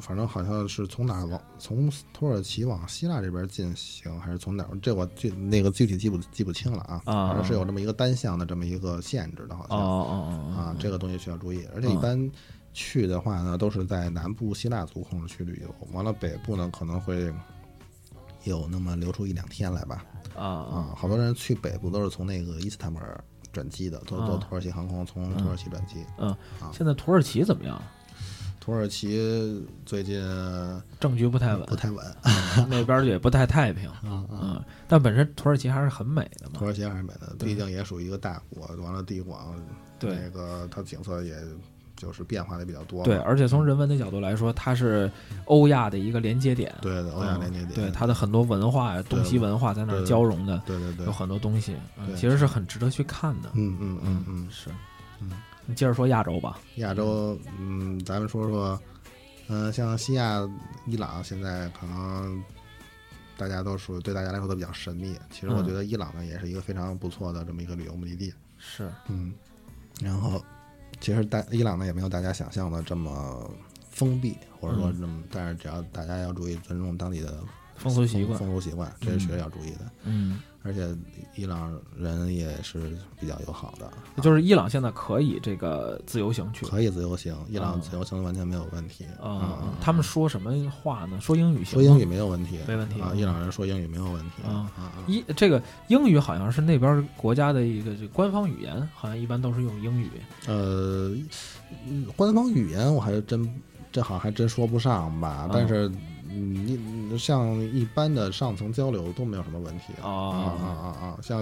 Speaker 3: 反正好像是从哪儿往从土耳其往希腊这边进行，还是从哪儿？这我具那个具体记不记不清了啊。
Speaker 2: 啊
Speaker 3: 反正是有这么一个单向的这么一个限制的，好
Speaker 2: 哦
Speaker 3: 像。
Speaker 2: 哦哦
Speaker 3: 啊，这个东西需要注意。
Speaker 2: 嗯
Speaker 3: 而且一般去的话呢，都是在南部希腊族控制区旅游，完了北部呢可能会有那么留出一两天来吧。
Speaker 2: 哦啊
Speaker 3: 啊，好多人去北部都是从那个伊斯坦布尔转机的，都是坐
Speaker 2: 啊
Speaker 3: 土耳其航空从土耳其转机。
Speaker 2: 嗯，现在土耳其怎么样？
Speaker 3: 土耳其最近
Speaker 2: 政局不太稳
Speaker 3: 不，太啊稳，
Speaker 2: 那边儿也不太太平。嗯，但本身土耳其还是很美的嘛
Speaker 3: 土。耳其还是美的，毕竟也属于一个大国，完了地广，
Speaker 2: 对
Speaker 3: 那个它景色也就是变化的比较多嘛。
Speaker 2: 对，而且
Speaker 3: 嗯
Speaker 2: 从人文的角度来说，它是欧亚的一个连接点，
Speaker 3: 对对，欧亚连接
Speaker 2: 嗯
Speaker 3: 点，
Speaker 2: 对它的很多文化，东西文化在那儿
Speaker 3: 对
Speaker 2: 交融的，
Speaker 3: 对对对
Speaker 2: 有，很多东西，嗯
Speaker 3: 对
Speaker 2: 其实是很值得去看的。
Speaker 3: 嗯嗯嗯嗯，
Speaker 2: 是，你接着说亚洲吧。
Speaker 3: 亚洲，嗯，咱们说说，嗯、像西亚、伊朗，现在可能大家都属于对大家来说都比较神秘。其实我
Speaker 2: 嗯
Speaker 3: 觉得伊朗呢，也是一个非常不错的这么一个旅游目的地。
Speaker 2: 是，
Speaker 3: 嗯，然后其实大伊朗呢也没有大家想象的这么封闭，或者说这么，但是只要大家要注意尊重当地的
Speaker 2: 风俗习惯
Speaker 3: 风俗习惯，这是绝对要注意的。
Speaker 2: 嗯，
Speaker 3: 而且伊朗人也是比较友好的，
Speaker 2: 就是伊朗现在可以这个自由行去了。
Speaker 3: 可以自由行，伊朗自由行完全没有问题。
Speaker 2: 啊，他们说什么话呢？说英语行
Speaker 3: 说
Speaker 2: 吗，
Speaker 3: 英语没有问题，
Speaker 2: 没问题
Speaker 3: 啊！伊朗人说英语没有问题
Speaker 2: 啊
Speaker 3: 啊啊！
Speaker 2: 一这个英语好像是那边国家的一个这官方语言，好像一般都是用英语。
Speaker 3: 呃，嗯官方语言我还真这好像还真说不上
Speaker 2: 啊
Speaker 3: 吧，但是嗯你你像一般的上层交流都没有什么问题
Speaker 2: 哦
Speaker 3: 啊啊啊啊！像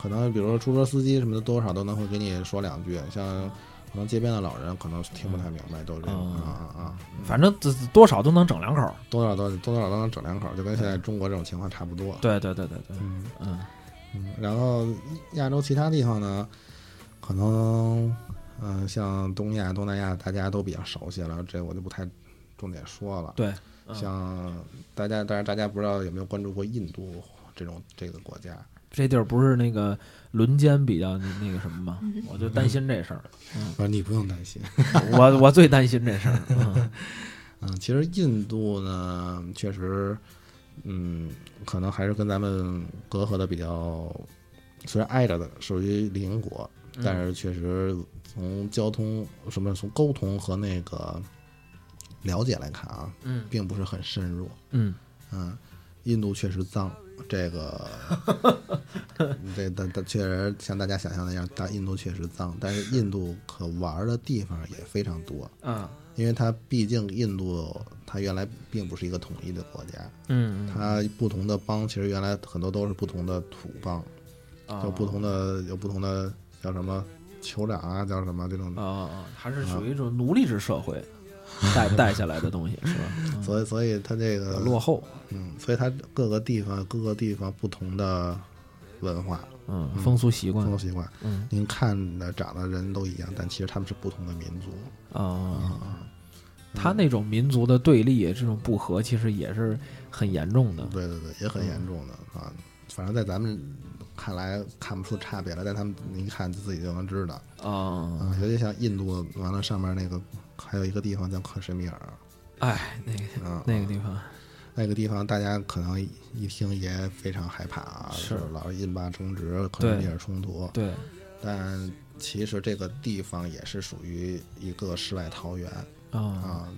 Speaker 3: 可能比如说出租车司机什么的，多少都能会给你说两句，像可能街边的老人可能听不太明白，都是这样
Speaker 2: 哦
Speaker 3: 啊啊啊！
Speaker 2: 反正多多少都能整两口儿。
Speaker 3: 多少多多少都能整两口，就跟现在中国这种情况差不多。
Speaker 2: 对对对对对，
Speaker 3: 嗯
Speaker 2: 嗯
Speaker 3: 嗯，然后亚洲其他地方呢，可能嗯、呃像东亚、东南亚大家都比较熟悉了，这我就不太重点说了。
Speaker 2: 对，
Speaker 3: 像大家，当然大家不知道有没有关注过印度这种这个国家
Speaker 2: 这地儿不是那个轮奸比较那那个什么吗？我就担心这事儿，
Speaker 3: 不是啊你不用担心。
Speaker 2: 我我最担心这事儿。嗯
Speaker 3: 嗯，其实印度呢，确实，嗯，可能还是跟咱们隔阂的比较，虽然挨着的，属于邻国，但是确实从交通什么从沟通和那个了解来看啊，
Speaker 2: 嗯
Speaker 3: 并不是很深入。
Speaker 2: 嗯，
Speaker 3: 嗯，印度确实脏，这个这但但确实像大家想象那样，大印度确实脏，但是印度可玩儿的地方也非常多。
Speaker 2: 啊，
Speaker 3: 因为它毕竟印度它原来并不是一个统一的国家，
Speaker 2: 嗯嗯
Speaker 3: 它不同的邦其实原来很多都是不同的土邦，
Speaker 2: 啊
Speaker 3: 有嗯不同的有不同的叫什么酋长啊，叫什么这种
Speaker 2: 啊，啊啊，还是属于一种奴隶制社会带带下来的东西，是吧？
Speaker 3: 所以所以它这个
Speaker 2: 落，后，
Speaker 3: 嗯，所以它各个地方各个地方不同的文化
Speaker 2: 嗯，风俗习惯
Speaker 3: 风俗习惯，
Speaker 2: 嗯
Speaker 3: 您看的长得人都一样，但其实他们是不同的民族，
Speaker 2: 啊。
Speaker 3: 嗯
Speaker 2: 他那种民族的对立，这种不和，其实也是很严重的。
Speaker 3: 对对对，也很严重的啊。反正在咱们看来看不出差别来，但他们您看自己就能知道。
Speaker 2: 啊，
Speaker 3: 啊，尤其像印度，完了上面那个还有一个地方叫克什米尔，
Speaker 2: 哎，那个
Speaker 3: 嗯，
Speaker 2: 那个地方，
Speaker 3: 那个地方大家可能一听也非常害怕啊，
Speaker 2: 是
Speaker 3: 就老是印巴争执、克什米尔冲突，
Speaker 2: 对，
Speaker 3: 但其实这个地方也是属于一个世外桃源
Speaker 2: 啊，
Speaker 3: 啊。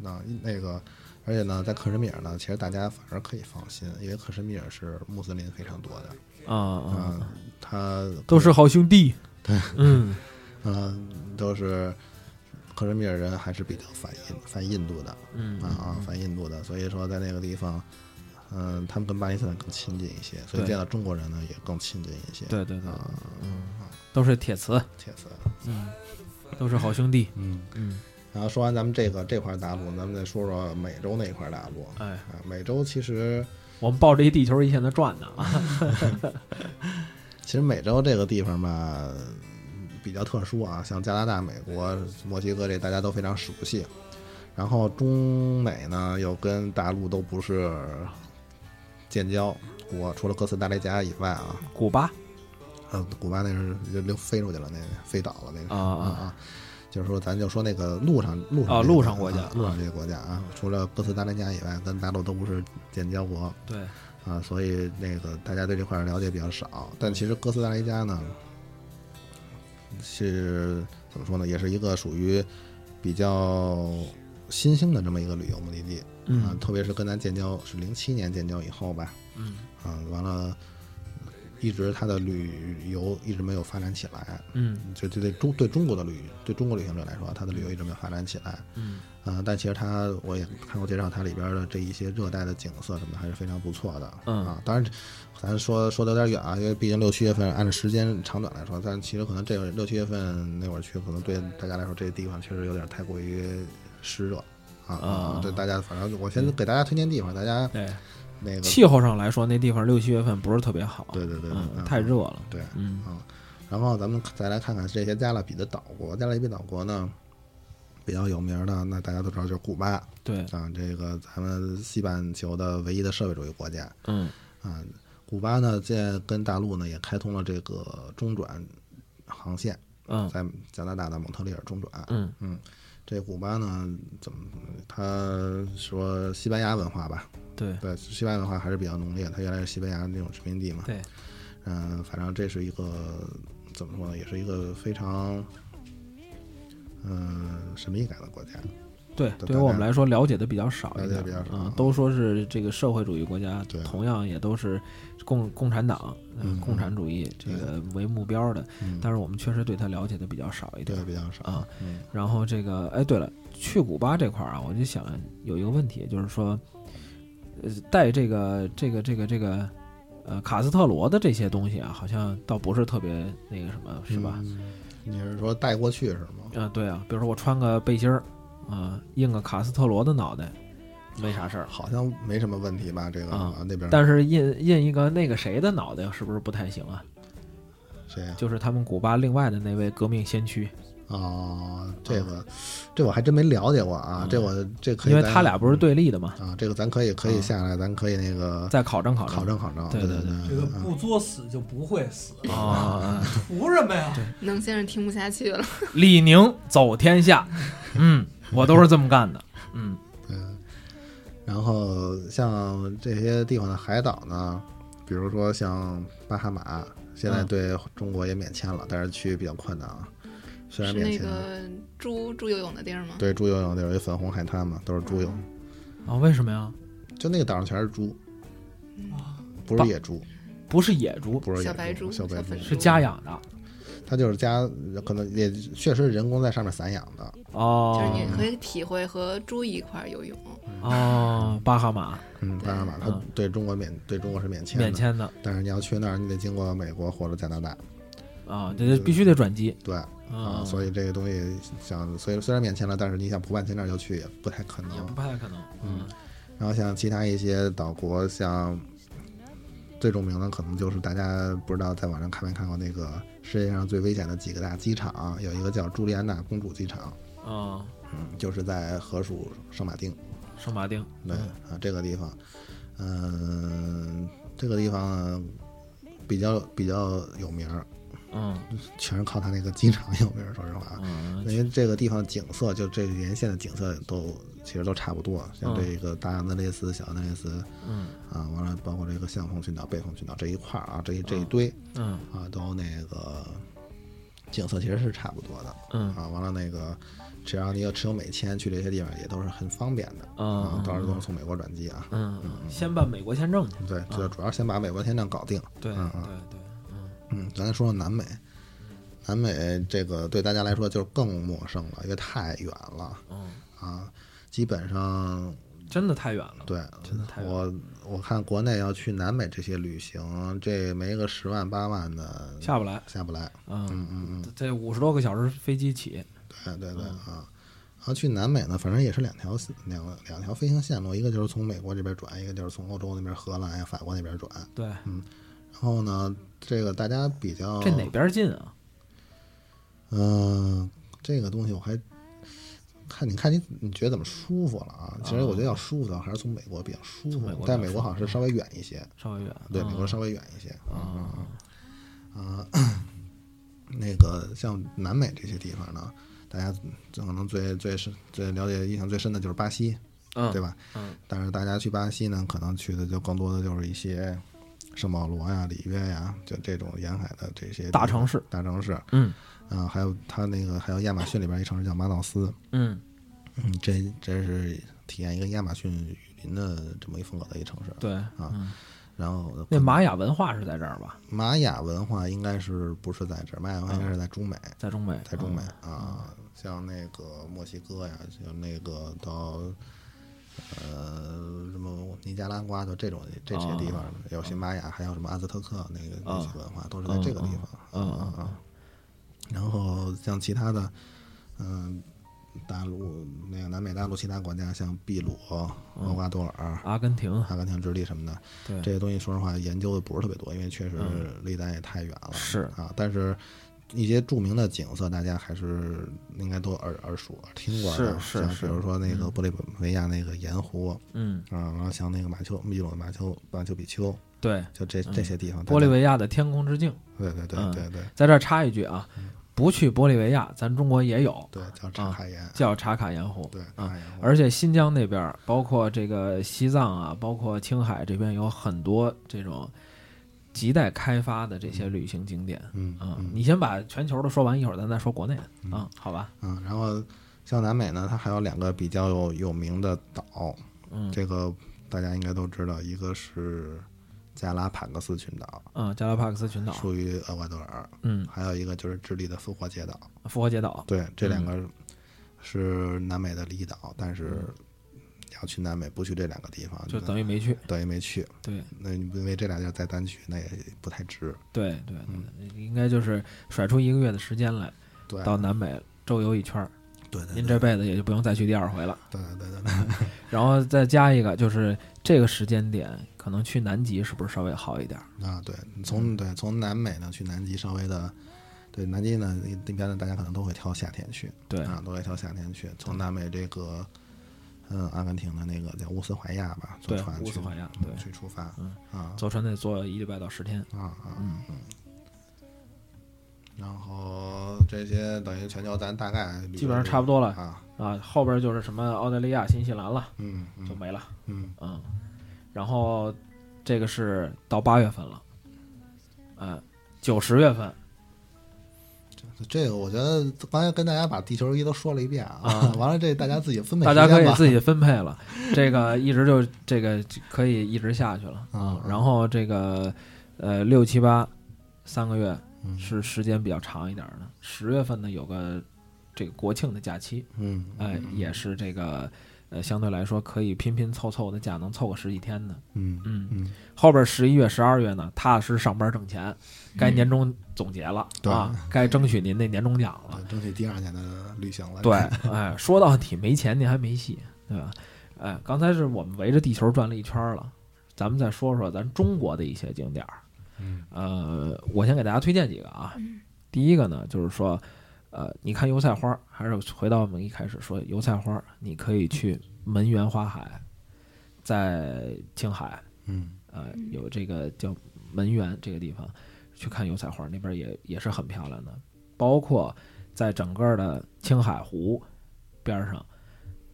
Speaker 3: 那那个，而且呢，在克什米尔呢，其实大家反而可以放心，因为克什米尔是穆斯林非常多的
Speaker 2: 啊啊，
Speaker 3: 啊，他
Speaker 2: 都是好兄弟。
Speaker 3: 对， [laughs]
Speaker 2: 嗯
Speaker 3: 嗯，都是克什米尔人还是比较反印反印度的，
Speaker 2: 嗯
Speaker 3: 啊啊，反印度的，所以说在那个地方，嗯、他们跟巴基斯坦更亲近一些，所以
Speaker 2: 对
Speaker 3: 见到中国人呢也更亲近一些。
Speaker 2: 对对对，
Speaker 3: 啊，
Speaker 2: 都是铁
Speaker 3: [laughs]
Speaker 2: 磁，
Speaker 3: 铁丝。
Speaker 2: 嗯，都是好兄弟。
Speaker 3: 嗯
Speaker 2: 嗯，
Speaker 3: 然后说完咱们这个这块大陆，咱们再说说美洲那一块大陆。
Speaker 2: 哎，
Speaker 3: 啊，美洲其实
Speaker 2: 我们抱着一地球一现在转呢啊。
Speaker 3: 其实美洲这个地方吧。比较特殊啊，像加拿大、美国、墨西哥这大家都非常熟悉，然后中美呢又跟大陆都不是建交国，除了哥斯达黎加以外啊，
Speaker 2: 古巴
Speaker 3: 呃，古巴那是就溜飞出去了，那个飞倒了那个
Speaker 2: 啊啊
Speaker 3: 啊，就是说咱就说那个陆上陆上
Speaker 2: 啊
Speaker 3: 这个
Speaker 2: 陆上国家
Speaker 3: 啊陆上这个国家啊，除了哥斯达黎加以外，跟大陆都不是建交国
Speaker 2: 对，
Speaker 3: 啊，所以那个大家对这块儿了解比较少。但其实哥斯达黎加呢，是怎么说呢，也是一个属于比较新兴的这么一个旅游目的地啊，
Speaker 2: 嗯
Speaker 3: 特别是跟咱建交是零七年建交以后吧，
Speaker 2: 嗯
Speaker 3: 啊，完了，一直它的旅游一直没有发展起来，
Speaker 2: 嗯
Speaker 3: 就就对中对中国的旅对中国旅行者来说，它的旅游一直没有发展起来。
Speaker 2: 嗯
Speaker 3: 啊，但其实它我也看过介绍，它里边的这一些热带的景色什么的还是非常不错的。
Speaker 2: 嗯
Speaker 3: 啊，当然，咱说说的有点远啊，因为毕竟六七月份按照时间长短来说，但其实可能这个六七月份那会儿去，可能对大家来说这地方确实有点太过于湿热啊。
Speaker 2: 啊嗯
Speaker 3: 对大家，反正我先给大家推荐地方，大家
Speaker 2: 对，
Speaker 3: 那个
Speaker 2: 气候上来说，那地方六七月份不是特别好，
Speaker 3: 对对对对
Speaker 2: 嗯，
Speaker 3: 嗯
Speaker 2: 太热了。
Speaker 3: 对。啊
Speaker 2: 嗯
Speaker 3: 然后咱们再来看看这些加勒比的岛国。加勒比岛国呢，比较有名的，那大家都知道就是古巴
Speaker 2: 对，
Speaker 3: 啊，这个咱们西半球的唯一的社会主义国家
Speaker 2: 嗯
Speaker 3: 啊。古巴呢，在跟大陆呢也开通了这个中转航线，
Speaker 2: 嗯
Speaker 3: 在加拿大的蒙特利尔中转。
Speaker 2: 嗯
Speaker 3: 这古巴呢，怎么他说西班牙文化吧？
Speaker 2: 对
Speaker 3: 对，西班牙文化还是比较浓烈，它原来是西班牙那种殖民地嘛。
Speaker 2: 对，
Speaker 3: 嗯，反正这是一个怎么说呢，也是一个非常嗯、神秘感的国家。
Speaker 2: 对，
Speaker 3: 对
Speaker 2: 对于我们来说了解的比较少一
Speaker 3: 了解
Speaker 2: 点，
Speaker 3: 比较少
Speaker 2: 啊
Speaker 3: 嗯，
Speaker 2: 都说是这个社会主义国家
Speaker 3: 对，
Speaker 2: 同样也都是共共产党、嗯
Speaker 3: 嗯
Speaker 2: 共产主义这个为目标的，
Speaker 3: 嗯，
Speaker 2: 但是我们确实对它了解的比较少一
Speaker 3: 对
Speaker 2: 点
Speaker 3: 比较少。
Speaker 2: 啊。
Speaker 3: 嗯
Speaker 2: 然后这个，哎，对了，去古巴这块儿啊，我就想有一个问题，就是说，呃，带这个这个这个这个，呃，卡斯特罗的这些东西啊，好像倒不是特别那个什么，是吧？
Speaker 3: 嗯你是说带过去是吗？
Speaker 2: 嗯、对啊，比如说我穿个背心儿，啊、印个卡斯特罗的脑袋，没啥事儿。
Speaker 3: 好像没什么问题吧？这个、
Speaker 2: 啊
Speaker 3: 啊那
Speaker 2: [laughs]
Speaker 3: 边
Speaker 2: 但是印印一个那个谁的脑袋，是不是不太行啊？
Speaker 3: 谁呀、
Speaker 2: 就是他们古巴另外的那位革命先驱
Speaker 3: 哦，这个这我还真没了解过啊，这我这可以
Speaker 2: 因
Speaker 3: 咱，
Speaker 2: 为他俩不是对立的嘛，
Speaker 3: 啊，这个咱可以可以
Speaker 2: 嗯
Speaker 3: 下来，咱可以那个
Speaker 2: 再考证考
Speaker 3: 考
Speaker 2: 证
Speaker 3: 证考证，
Speaker 2: 对
Speaker 3: 对
Speaker 2: 对
Speaker 3: 对
Speaker 6: 这个不作死就不会死， [laughs]
Speaker 2: 啊。
Speaker 6: 图什么呀？
Speaker 4: 能先生听不下去了，
Speaker 2: 李宁走天下，嗯，我都是这么干的，嗯，
Speaker 3: 然后像这些地方的海岛呢，比如说像巴哈马，现在
Speaker 2: 嗯
Speaker 3: 对中国也免签了，但是去比较困难啊。虽
Speaker 4: 是
Speaker 3: 然免
Speaker 4: 那
Speaker 3: 签，
Speaker 4: 个猪猪游泳的地儿吗？
Speaker 3: 对猪游泳那有一粉红海滩嘛，都是猪
Speaker 4: 嗯
Speaker 3: 泳，
Speaker 2: 啊，为什么呀？
Speaker 3: 就那个岛上全是猪，不
Speaker 2: 巴
Speaker 3: 是野猪，
Speaker 2: 不是野猪，
Speaker 3: 不是
Speaker 4: 嗯小
Speaker 3: 野
Speaker 4: 白猪
Speaker 3: 小
Speaker 4: 小
Speaker 3: 白
Speaker 4: 粉
Speaker 2: 是
Speaker 4: 猪
Speaker 2: 家养的
Speaker 3: 它就是加可能也确实人工在上面散养的，
Speaker 4: 就是你
Speaker 2: 哦
Speaker 4: 可以体会和猪一块儿游泳，
Speaker 2: 哦，巴哈马
Speaker 3: 嗯，巴哈马它
Speaker 2: 嗯
Speaker 3: 对中国免对中国是免签的，
Speaker 2: 免签的
Speaker 3: 但是你要去那儿，你得经过美国或者加拿大，
Speaker 2: 啊，这必须得转机
Speaker 3: 对啊、
Speaker 2: 啊，
Speaker 3: 所以这个东西想，所以虽然免签了，但是你想不办签证就去也不太可
Speaker 2: 也
Speaker 3: 能
Speaker 2: 不。太可能，嗯
Speaker 3: 然后像其他一些岛国，像最著名的可能就是大家不知道在网上看没看过那个世界上最危险的几个大机场，有一个叫朱莉安娜公主机场，
Speaker 2: 啊，
Speaker 3: 嗯，就是在河属圣马丁。
Speaker 2: 圣马丁
Speaker 3: 对啊，这个地方，嗯、这个地方比较比较有名儿，
Speaker 2: 嗯
Speaker 3: 全是靠它那个机场有名儿。说实话，
Speaker 2: 嗯
Speaker 3: 因为这个地方景色，就这沿线的景色都其实都差不多，像
Speaker 2: 嗯
Speaker 3: 这个大安德烈斯、小安德烈斯
Speaker 2: 嗯
Speaker 3: 啊，完了包括这个象峰群岛、背风群岛这一块儿啊，这一这一堆
Speaker 2: 嗯
Speaker 3: 啊，都那个景色其实是差不多的
Speaker 2: 嗯
Speaker 3: 啊。完了那个，只要你有持有美签去这些地方，也都是很方便的啊
Speaker 2: 嗯。
Speaker 3: 到时候都是从美国转机啊。
Speaker 2: 嗯，先办美国签证去，
Speaker 3: 对，这主要先把美国签证搞定。
Speaker 2: 对对
Speaker 3: 嗯
Speaker 2: 对，
Speaker 3: 嗯，咱再说说南美，南美这个对大家来说就是更陌生了，因为太远了
Speaker 2: 嗯，
Speaker 3: 啊。基本上，
Speaker 2: 真的太远了，
Speaker 3: 对
Speaker 2: 真的太远
Speaker 3: 我我看国内要去南美这些旅行，这没个十万八万的
Speaker 2: 下不来，
Speaker 3: 下不来。
Speaker 2: 嗯嗯嗯，这五十多个小时飞机起，
Speaker 3: 对对对
Speaker 2: 哦
Speaker 3: 啊。然后去南美呢，反正也是两条两两条飞行线路，一个就是从美国这边转，一个就是从欧洲那边荷兰呀、法国那边转。
Speaker 2: 对，
Speaker 3: 然后呢，这个大家比较
Speaker 2: 这哪边近啊？
Speaker 3: 嗯，这个东西我还看你看你你觉得怎么舒服了啊？其实我觉得要舒服的话，还是从美国比较舒服
Speaker 2: 从美国，比较
Speaker 3: 但美国好像是稍微远一些，
Speaker 2: 稍微远，
Speaker 3: 对，美
Speaker 2: 嗯
Speaker 3: 国稍微远一些。啊
Speaker 2: 啊， [laughs]
Speaker 3: 那个像南美这些地方呢，大家可能最最深、最了解、印象最深的就是巴西，
Speaker 2: 嗯，
Speaker 3: 对吧？
Speaker 2: 嗯。
Speaker 3: 但是大家去巴西呢，可能去的就更多的就是一些圣保罗呀、里约呀，就这种沿海的这些地
Speaker 2: 大
Speaker 3: 方
Speaker 2: 城市，
Speaker 3: 大城市。
Speaker 2: 嗯
Speaker 3: 啊，还有它那个还有亚马逊里边一城市叫马瑙斯，
Speaker 2: 嗯，
Speaker 3: 嗯，这这是体验一个亚马逊雨林的这么一风格的一城市。
Speaker 2: 对，
Speaker 3: 啊，然后
Speaker 2: 那玛雅文化是在这儿吧？
Speaker 3: 玛雅文化应该是不是在这儿？玛雅文化应该是在中美，
Speaker 2: 在中美，
Speaker 3: 在中美啊，像那个墨西哥呀，像那个到呃什么尼加拉瓜，就这种这些地方，有些玛雅，还有什么阿兹特克那个那些文化，都是在这个地方。
Speaker 2: 嗯
Speaker 3: 啊啊。然后像其他的，嗯、大陆那个南美大陆其他国家，像秘鲁、厄瓜多尔、
Speaker 2: 阿根廷，
Speaker 3: 阿根廷、智利什么的，
Speaker 2: 对嗯
Speaker 3: 这些东西说实话研究的不是特别多，因为确实离咱也太远了。
Speaker 2: 是
Speaker 3: 啊，但是。一些著名的景色，大家还是应该都耳耳熟、耳听过的，
Speaker 2: 是是
Speaker 3: 像
Speaker 2: 是
Speaker 3: 比如说那个玻利维亚那个盐湖啊，
Speaker 2: 嗯，
Speaker 3: 然后像那个马丘秘鲁的马丘马丘比丘，
Speaker 2: 对，
Speaker 3: 就这这些地方。
Speaker 2: 嗯玻利维亚的天空之镜，
Speaker 3: 对对对
Speaker 2: 嗯
Speaker 3: 对对
Speaker 2: 在这儿插一句啊，
Speaker 3: 嗯
Speaker 2: 不去玻利维亚，咱中国也有
Speaker 3: 对，叫茶海盐，
Speaker 2: 叫茶卡盐湖，
Speaker 3: 对茶海盐湖。
Speaker 2: 而且新疆那边儿，包括这个西藏啊，包括青海这边有很多这种亟待开发的这些旅行景点。
Speaker 3: 嗯
Speaker 2: 啊，你先把全球的说完，一会儿咱再说国内的啊，好吧？
Speaker 3: 嗯，然后像南美呢，它还有两个比较有有名的岛，
Speaker 2: 嗯
Speaker 3: 这个大家应该都知道，一个是加拉帕戈斯群岛，
Speaker 2: 嗯，加拉帕克斯群岛，
Speaker 3: 属于厄瓜多尔，
Speaker 2: 嗯，
Speaker 3: 还有一个就是智利的复活节岛。
Speaker 2: 复活节岛，
Speaker 3: 对，
Speaker 2: 嗯
Speaker 3: 这两个是南美的离岛，但是要去南美不去这两个地方，
Speaker 2: 嗯就
Speaker 3: 那
Speaker 2: 等于没去。
Speaker 3: 等于没去。
Speaker 2: 对
Speaker 3: 那你因为这俩地儿再单去，那也不太值。
Speaker 2: 对对对，应该就是甩出一个月的时间来
Speaker 3: 嗯对，啊
Speaker 2: 到南美周游一圈儿，
Speaker 3: 对对
Speaker 2: 您
Speaker 3: 对
Speaker 2: 这辈子也就不用再去第二回了。
Speaker 3: 对对对对， [laughs]
Speaker 2: 然后再加一个，就是这个时间点，可能去南极是不是稍微好一点儿？
Speaker 3: 啊，对，从对从南美呢去南极稍微的，对南极呢，那那边呢，大家可能都会挑夏天去，
Speaker 2: 对
Speaker 3: 啊，都会挑夏天去。从南美这个，嗯，阿根廷的那个叫乌斯怀亚吧，坐
Speaker 2: 对
Speaker 3: 船
Speaker 2: 乌
Speaker 3: 去
Speaker 2: 斯怀亚
Speaker 3: 嗯
Speaker 2: 对
Speaker 3: 去出发，
Speaker 2: 嗯
Speaker 3: 啊
Speaker 2: 坐船得坐一礼拜到十天。
Speaker 3: 啊啊嗯。然后这些等于全球咱大概
Speaker 2: 基本上差不多了
Speaker 3: 啊，
Speaker 2: 啊，后边就是什么澳大利亚、新西兰了，
Speaker 3: 嗯
Speaker 2: 就
Speaker 3: 嗯
Speaker 2: 没了。
Speaker 3: 嗯，
Speaker 2: 嗯，然后这个是到八月份了，嗯，九十月份
Speaker 3: 这个我觉得刚才跟大家把地球仪都说了一遍
Speaker 2: 啊
Speaker 3: 啊，完了这大家自己分配
Speaker 2: 大
Speaker 3: 时
Speaker 2: 家
Speaker 3: 间吧，
Speaker 2: 可以自己分配了，这个一直就这个可以一直下去了
Speaker 3: 啊
Speaker 2: 然后这个呃六七八三个月
Speaker 3: 嗯
Speaker 2: 是时间比较长一点的，十月份呢有个这个国庆的假期，
Speaker 3: 嗯
Speaker 2: 哎，也是这个呃相对来说可以拼拼凑凑的假，能凑个十几天的。
Speaker 3: 嗯
Speaker 2: 嗯，
Speaker 3: 嗯
Speaker 2: 后边十一月、十二月呢，踏踏实实上班挣钱，该年终总结了、
Speaker 3: 嗯对
Speaker 2: 啊，该争取您那年终奖了
Speaker 3: 啊。，争取第二年的旅行了，
Speaker 2: 对，
Speaker 3: [laughs]
Speaker 2: 哎，说到底没钱您还没戏，对吧？哎，刚才是我们围着地球转了一圈了，咱们再说说咱中国的一些景点儿。
Speaker 3: 嗯，
Speaker 2: 呃，我先给大家推荐几个啊。第一个呢，就是说，呃，你看油菜花儿，还是回到我们一开始说油菜花儿，你可以去门源花海，在青海，
Speaker 3: 嗯。
Speaker 2: 呃，
Speaker 4: 嗯
Speaker 2: 有这个叫门源这个地方，去看油菜花，那边也也是很漂亮的。包括在整个的青海湖边儿上，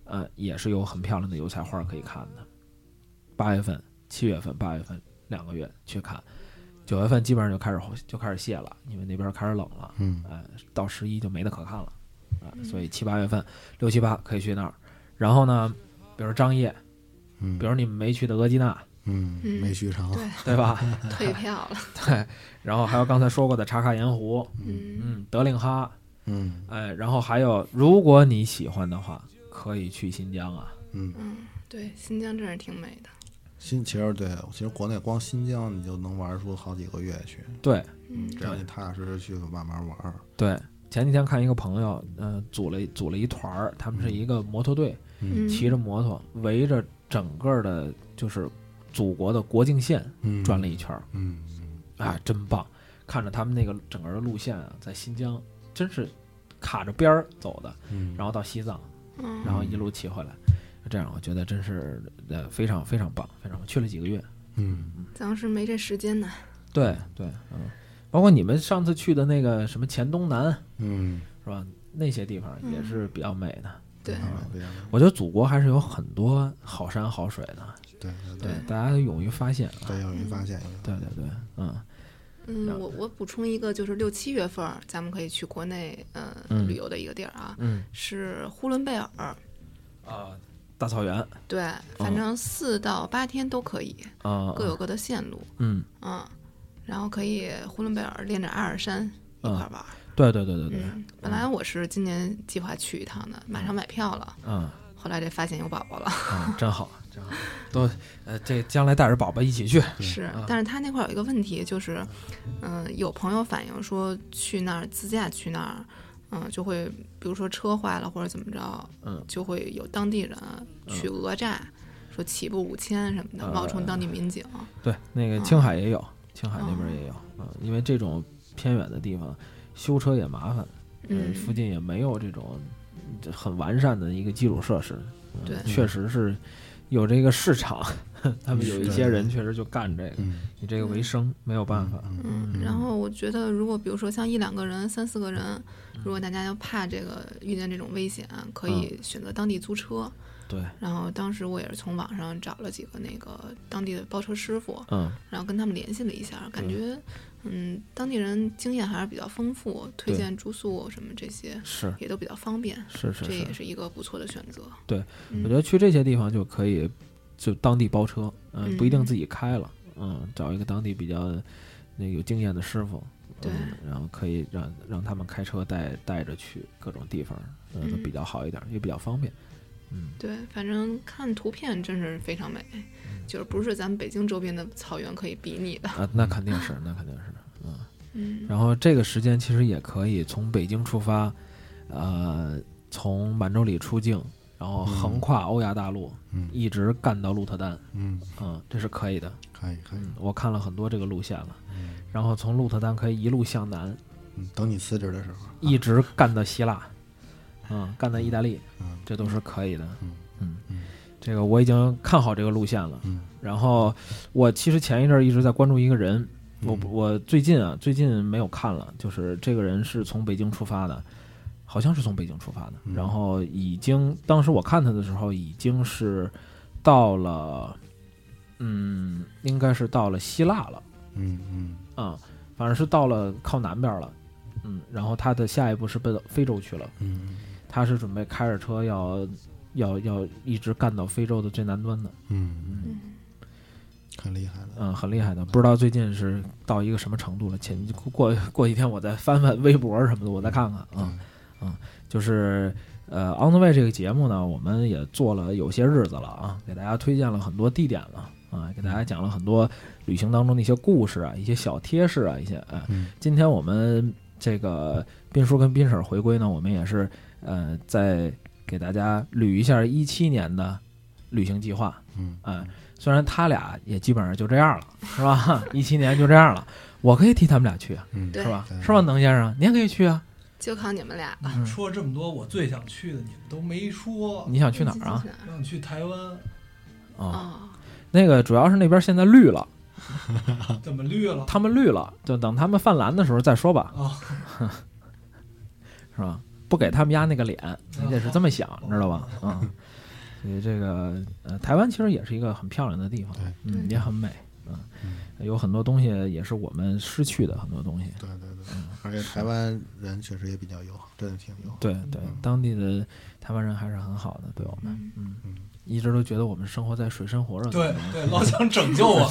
Speaker 2: 呃，也是有很漂亮的油菜花可以看的。八月份、七月份、八月份两个月去看，九月份基本上就开始就开始谢了，因为那边开始冷了。
Speaker 3: 嗯
Speaker 2: 呃，到十一就没得可看了，啊、所以七八月份六七八可以去那儿。然后呢，比如张掖，
Speaker 3: 嗯
Speaker 2: 比如你们没去的额济纳，
Speaker 3: 嗯，
Speaker 4: 嗯
Speaker 3: 没续成。
Speaker 4: 对，
Speaker 2: 对吧？
Speaker 4: 退票了。
Speaker 2: 对，然后还有刚才说过的茶卡盐湖，
Speaker 4: 嗯，
Speaker 2: 嗯，德令哈，
Speaker 3: 嗯
Speaker 2: 哎，然后还有，如果你喜欢的话，可以去新疆啊，
Speaker 3: 嗯，
Speaker 4: 对，新疆真是挺美的。
Speaker 3: 新其实对，其实国内光新疆你就能玩出好几个月去，
Speaker 2: 对
Speaker 4: 嗯，
Speaker 3: 只要你踏踏实实去慢慢玩儿。
Speaker 2: 对。前几天看一个朋友，嗯、组了组了一团儿，他们是一个摩托队，
Speaker 4: 嗯
Speaker 2: 骑着摩托围着整个的，就是祖国的国境线
Speaker 3: 嗯
Speaker 2: 转了一圈儿，
Speaker 3: 嗯
Speaker 2: 啊，真棒！看着他们那个整个的路线啊，在新疆真是卡着边儿走的，
Speaker 3: 嗯，
Speaker 2: 然后到西藏，
Speaker 4: 嗯，
Speaker 2: 然后一路骑回来，这样我觉得真是呃非常非常棒，非常去了几个月。
Speaker 3: 嗯
Speaker 4: 当时没这时间呢。
Speaker 2: 对对，嗯，包括你们上次去的那个什么黔东南
Speaker 3: 嗯，
Speaker 2: 是吧？那些地方
Speaker 4: 嗯
Speaker 2: 也是比较美的。
Speaker 4: 对，
Speaker 3: 对对
Speaker 2: 我觉得祖国还是有很多好山好水的，
Speaker 3: 对
Speaker 2: 对
Speaker 3: 对，
Speaker 2: 大家勇于发现啊。
Speaker 3: 对，有人发现，
Speaker 2: 对对对，嗯，
Speaker 4: 嗯
Speaker 2: 然，后
Speaker 4: 我我补充一个，就是六七月份儿咱们可以去国内呃、
Speaker 2: 嗯
Speaker 4: 旅游的一个地儿啊，
Speaker 2: 嗯
Speaker 4: 是呼伦贝尔。
Speaker 2: 啊，大草原
Speaker 4: 对，反正四到八天都可以，
Speaker 2: 啊，
Speaker 4: 各有各的线路。
Speaker 2: 嗯，
Speaker 4: 嗯，然后可以呼伦贝尔连着阿尔山一
Speaker 2: 嗯
Speaker 4: 块儿玩儿。
Speaker 2: 对对对对对，
Speaker 4: 嗯，本来我是今年计划去一趟的，马上买票了，
Speaker 2: 嗯
Speaker 4: 后来这发现有宝宝了，
Speaker 2: 啊，真好真好，都呃，这将来带着宝宝一起去，
Speaker 4: [laughs] 是
Speaker 2: 啊。
Speaker 4: 但是他那块儿有一个问题，就是，嗯、有朋友反映说去那儿自驾去那儿，嗯、就会比如说车坏了或者怎么着，
Speaker 2: 嗯
Speaker 4: 就会有当地人去讹诈。说起步五千什么的，
Speaker 2: 呃
Speaker 4: 冒充当地民警，
Speaker 2: 对，那个青海也有，青海那边也有
Speaker 4: 哦
Speaker 2: 啊，因为这种偏远的地方修车也麻烦，呃
Speaker 4: 嗯
Speaker 2: 附近也没有这种这很完善的一个基础设施，呃
Speaker 4: 对
Speaker 2: 确实是有这个市场， [laughs] 他们有一
Speaker 3: 是
Speaker 2: 些人确实就干这个，
Speaker 3: 嗯
Speaker 2: 以这个为生，没有办法。
Speaker 4: 嗯，然后我觉得，如果比如说像一两个人、三四个人，如果大家要怕这个遇见这种危险，可
Speaker 2: 嗯
Speaker 4: 以选择当地租车。
Speaker 2: 对，
Speaker 4: 然后当时我也是从网上找了几个那个当地的包车师傅，
Speaker 2: 嗯，
Speaker 4: 然后跟他们联系了一下，感觉嗯，当地人经验还是比较丰富，推
Speaker 2: 对
Speaker 4: 荐住宿什么这些
Speaker 2: 是
Speaker 4: 也都比较方便，
Speaker 2: 是是
Speaker 4: 这也
Speaker 2: 是，
Speaker 4: 是一个不错的选择。嗯
Speaker 2: 我觉得去这些地方就可以就当地包车，嗯，不一定
Speaker 4: 嗯
Speaker 2: 自己开了，嗯，找一个当地比较那有经验的师傅，
Speaker 4: 对
Speaker 2: 嗯，然后可以让让他们开车带带着去各种地方，嗯，都
Speaker 4: 嗯
Speaker 2: 比较好一点，也比较方便。嗯，
Speaker 4: 对，反正看图片真是非常美，
Speaker 2: 嗯
Speaker 4: 就是不是咱们北京周边的草原可以比拟的。
Speaker 2: 啊，那肯定是，那肯定是，嗯。
Speaker 4: 嗯
Speaker 2: 然后这个时间其实也可以从北京出发，呃，从满洲里出境，然后横跨欧亚大陆，
Speaker 3: 嗯
Speaker 2: 一直干到鹿特丹，
Speaker 3: 嗯，
Speaker 2: 嗯，这是可以的。
Speaker 3: 可以可以，
Speaker 2: 嗯，我看了很多这个路线了，然后从鹿特丹可以一路向南，
Speaker 3: 嗯等你辞职的时候，
Speaker 2: 一直干到希腊，嗯，干到意大利，
Speaker 3: 啊嗯
Speaker 2: 这都是可以的
Speaker 3: 嗯。
Speaker 2: 嗯
Speaker 3: 嗯，
Speaker 2: 这个我已经看好这个路线了。
Speaker 3: 嗯
Speaker 2: 然后我其实前一阵儿一直在关注一个人，我
Speaker 3: 嗯
Speaker 2: 我最近啊，最近没有看了，就是这个人是从北京出发的，好像是从北京出发的，
Speaker 3: 嗯
Speaker 2: 然后已经当时我看他的时候已经是到了，嗯，应该是到了希腊了。
Speaker 3: 嗯嗯
Speaker 2: 啊、反正是到了靠南边了，嗯，然后他的下一步是奔非洲去了，
Speaker 3: 嗯
Speaker 2: 他是准备开着车要要要一直干到非洲的最南端的，
Speaker 3: 嗯，
Speaker 2: 嗯
Speaker 4: 嗯，
Speaker 3: 很厉害的，
Speaker 2: 嗯，很厉害的，不知道最近是到一个什么程度了，前过过几天我再翻翻微博什么的，我再看看啊。
Speaker 3: 嗯
Speaker 2: 就是呃，On the Way 这个节目呢，我们也做了有些日子了啊，给大家推荐了很多地点了啊，给大家讲了很多旅行当中的一些故事啊，一些小贴士啊，一些呃，
Speaker 3: 嗯
Speaker 2: 今天我们这个斌叔跟斌婶儿回归呢，我们也是呃，在给大家捋一下一七年的旅行计划，
Speaker 3: 嗯
Speaker 2: 啊，虽然他俩也基本上就这样了，是吧？一七年就这样了，我可以替他们俩去啊，
Speaker 3: 嗯，
Speaker 4: 对
Speaker 2: 是吧？
Speaker 3: 对
Speaker 2: 是吧，能先生？您也可以去啊，
Speaker 4: 就靠你们俩了。
Speaker 2: 嗯
Speaker 6: 哎说了这么多，我最想去的你们都没说。
Speaker 4: 嗯
Speaker 2: 你想去哪儿啊？？
Speaker 6: 我想去台湾，
Speaker 2: 啊、
Speaker 4: 哦，
Speaker 2: 那个主要是那边现在绿了，
Speaker 6: 怎么绿了？
Speaker 2: 他们绿了，就等他们泛蓝的时候再说吧，
Speaker 3: 哦
Speaker 6: 啊，
Speaker 2: [laughs] 是吧？不给他们压那个脸，你得是这么想，知道吧？啊、
Speaker 3: [laughs]
Speaker 2: 所以这个呃，台湾其实也是一个很漂亮的地方
Speaker 3: 对，
Speaker 2: 嗯，也很美，嗯，有很多东西也是我们失去的很多东西。
Speaker 3: 对对对，而且台湾人确实也比较友好，真的挺友好。
Speaker 2: 对对，当地的台湾人还是很好的，对我们，嗯，一直都觉得我们生活在水深火热
Speaker 6: 对
Speaker 2: 中，
Speaker 6: 对，老想拯救我。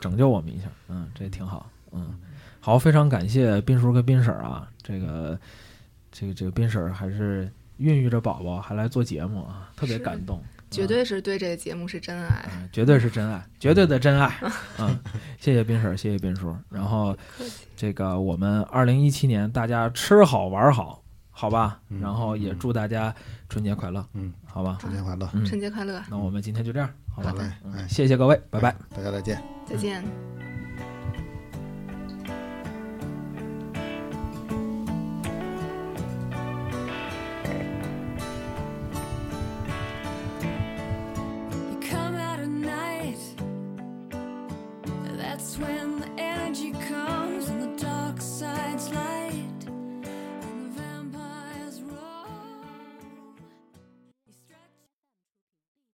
Speaker 2: 拯救我们一下，嗯，这挺好，嗯，好，非常感谢斌叔跟斌婶儿啊，这个这个这个斌婶儿还是孕育着宝宝还来做节目啊，特别
Speaker 4: 是
Speaker 2: 感动，
Speaker 4: 绝对是对这个节目是真爱。
Speaker 2: 嗯，绝对是真爱，绝对的真
Speaker 4: [laughs]
Speaker 2: 爱，嗯，谢谢斌婶儿，谢谢斌叔，然后
Speaker 4: 客气
Speaker 2: 这个我们二零一七年大家吃好玩儿好，好吧，
Speaker 3: 嗯
Speaker 2: 然后也祝大家春节快乐，
Speaker 3: 嗯，
Speaker 2: 好吧，
Speaker 3: 春节快乐，
Speaker 2: 嗯
Speaker 4: 春节快乐，
Speaker 2: 那我们今天就这样，好吧
Speaker 3: 好嘞，
Speaker 2: 嗯
Speaker 3: 哎
Speaker 2: 谢谢各位，拜拜。
Speaker 3: 大家再见。
Speaker 4: 再见。
Speaker 3: 嗯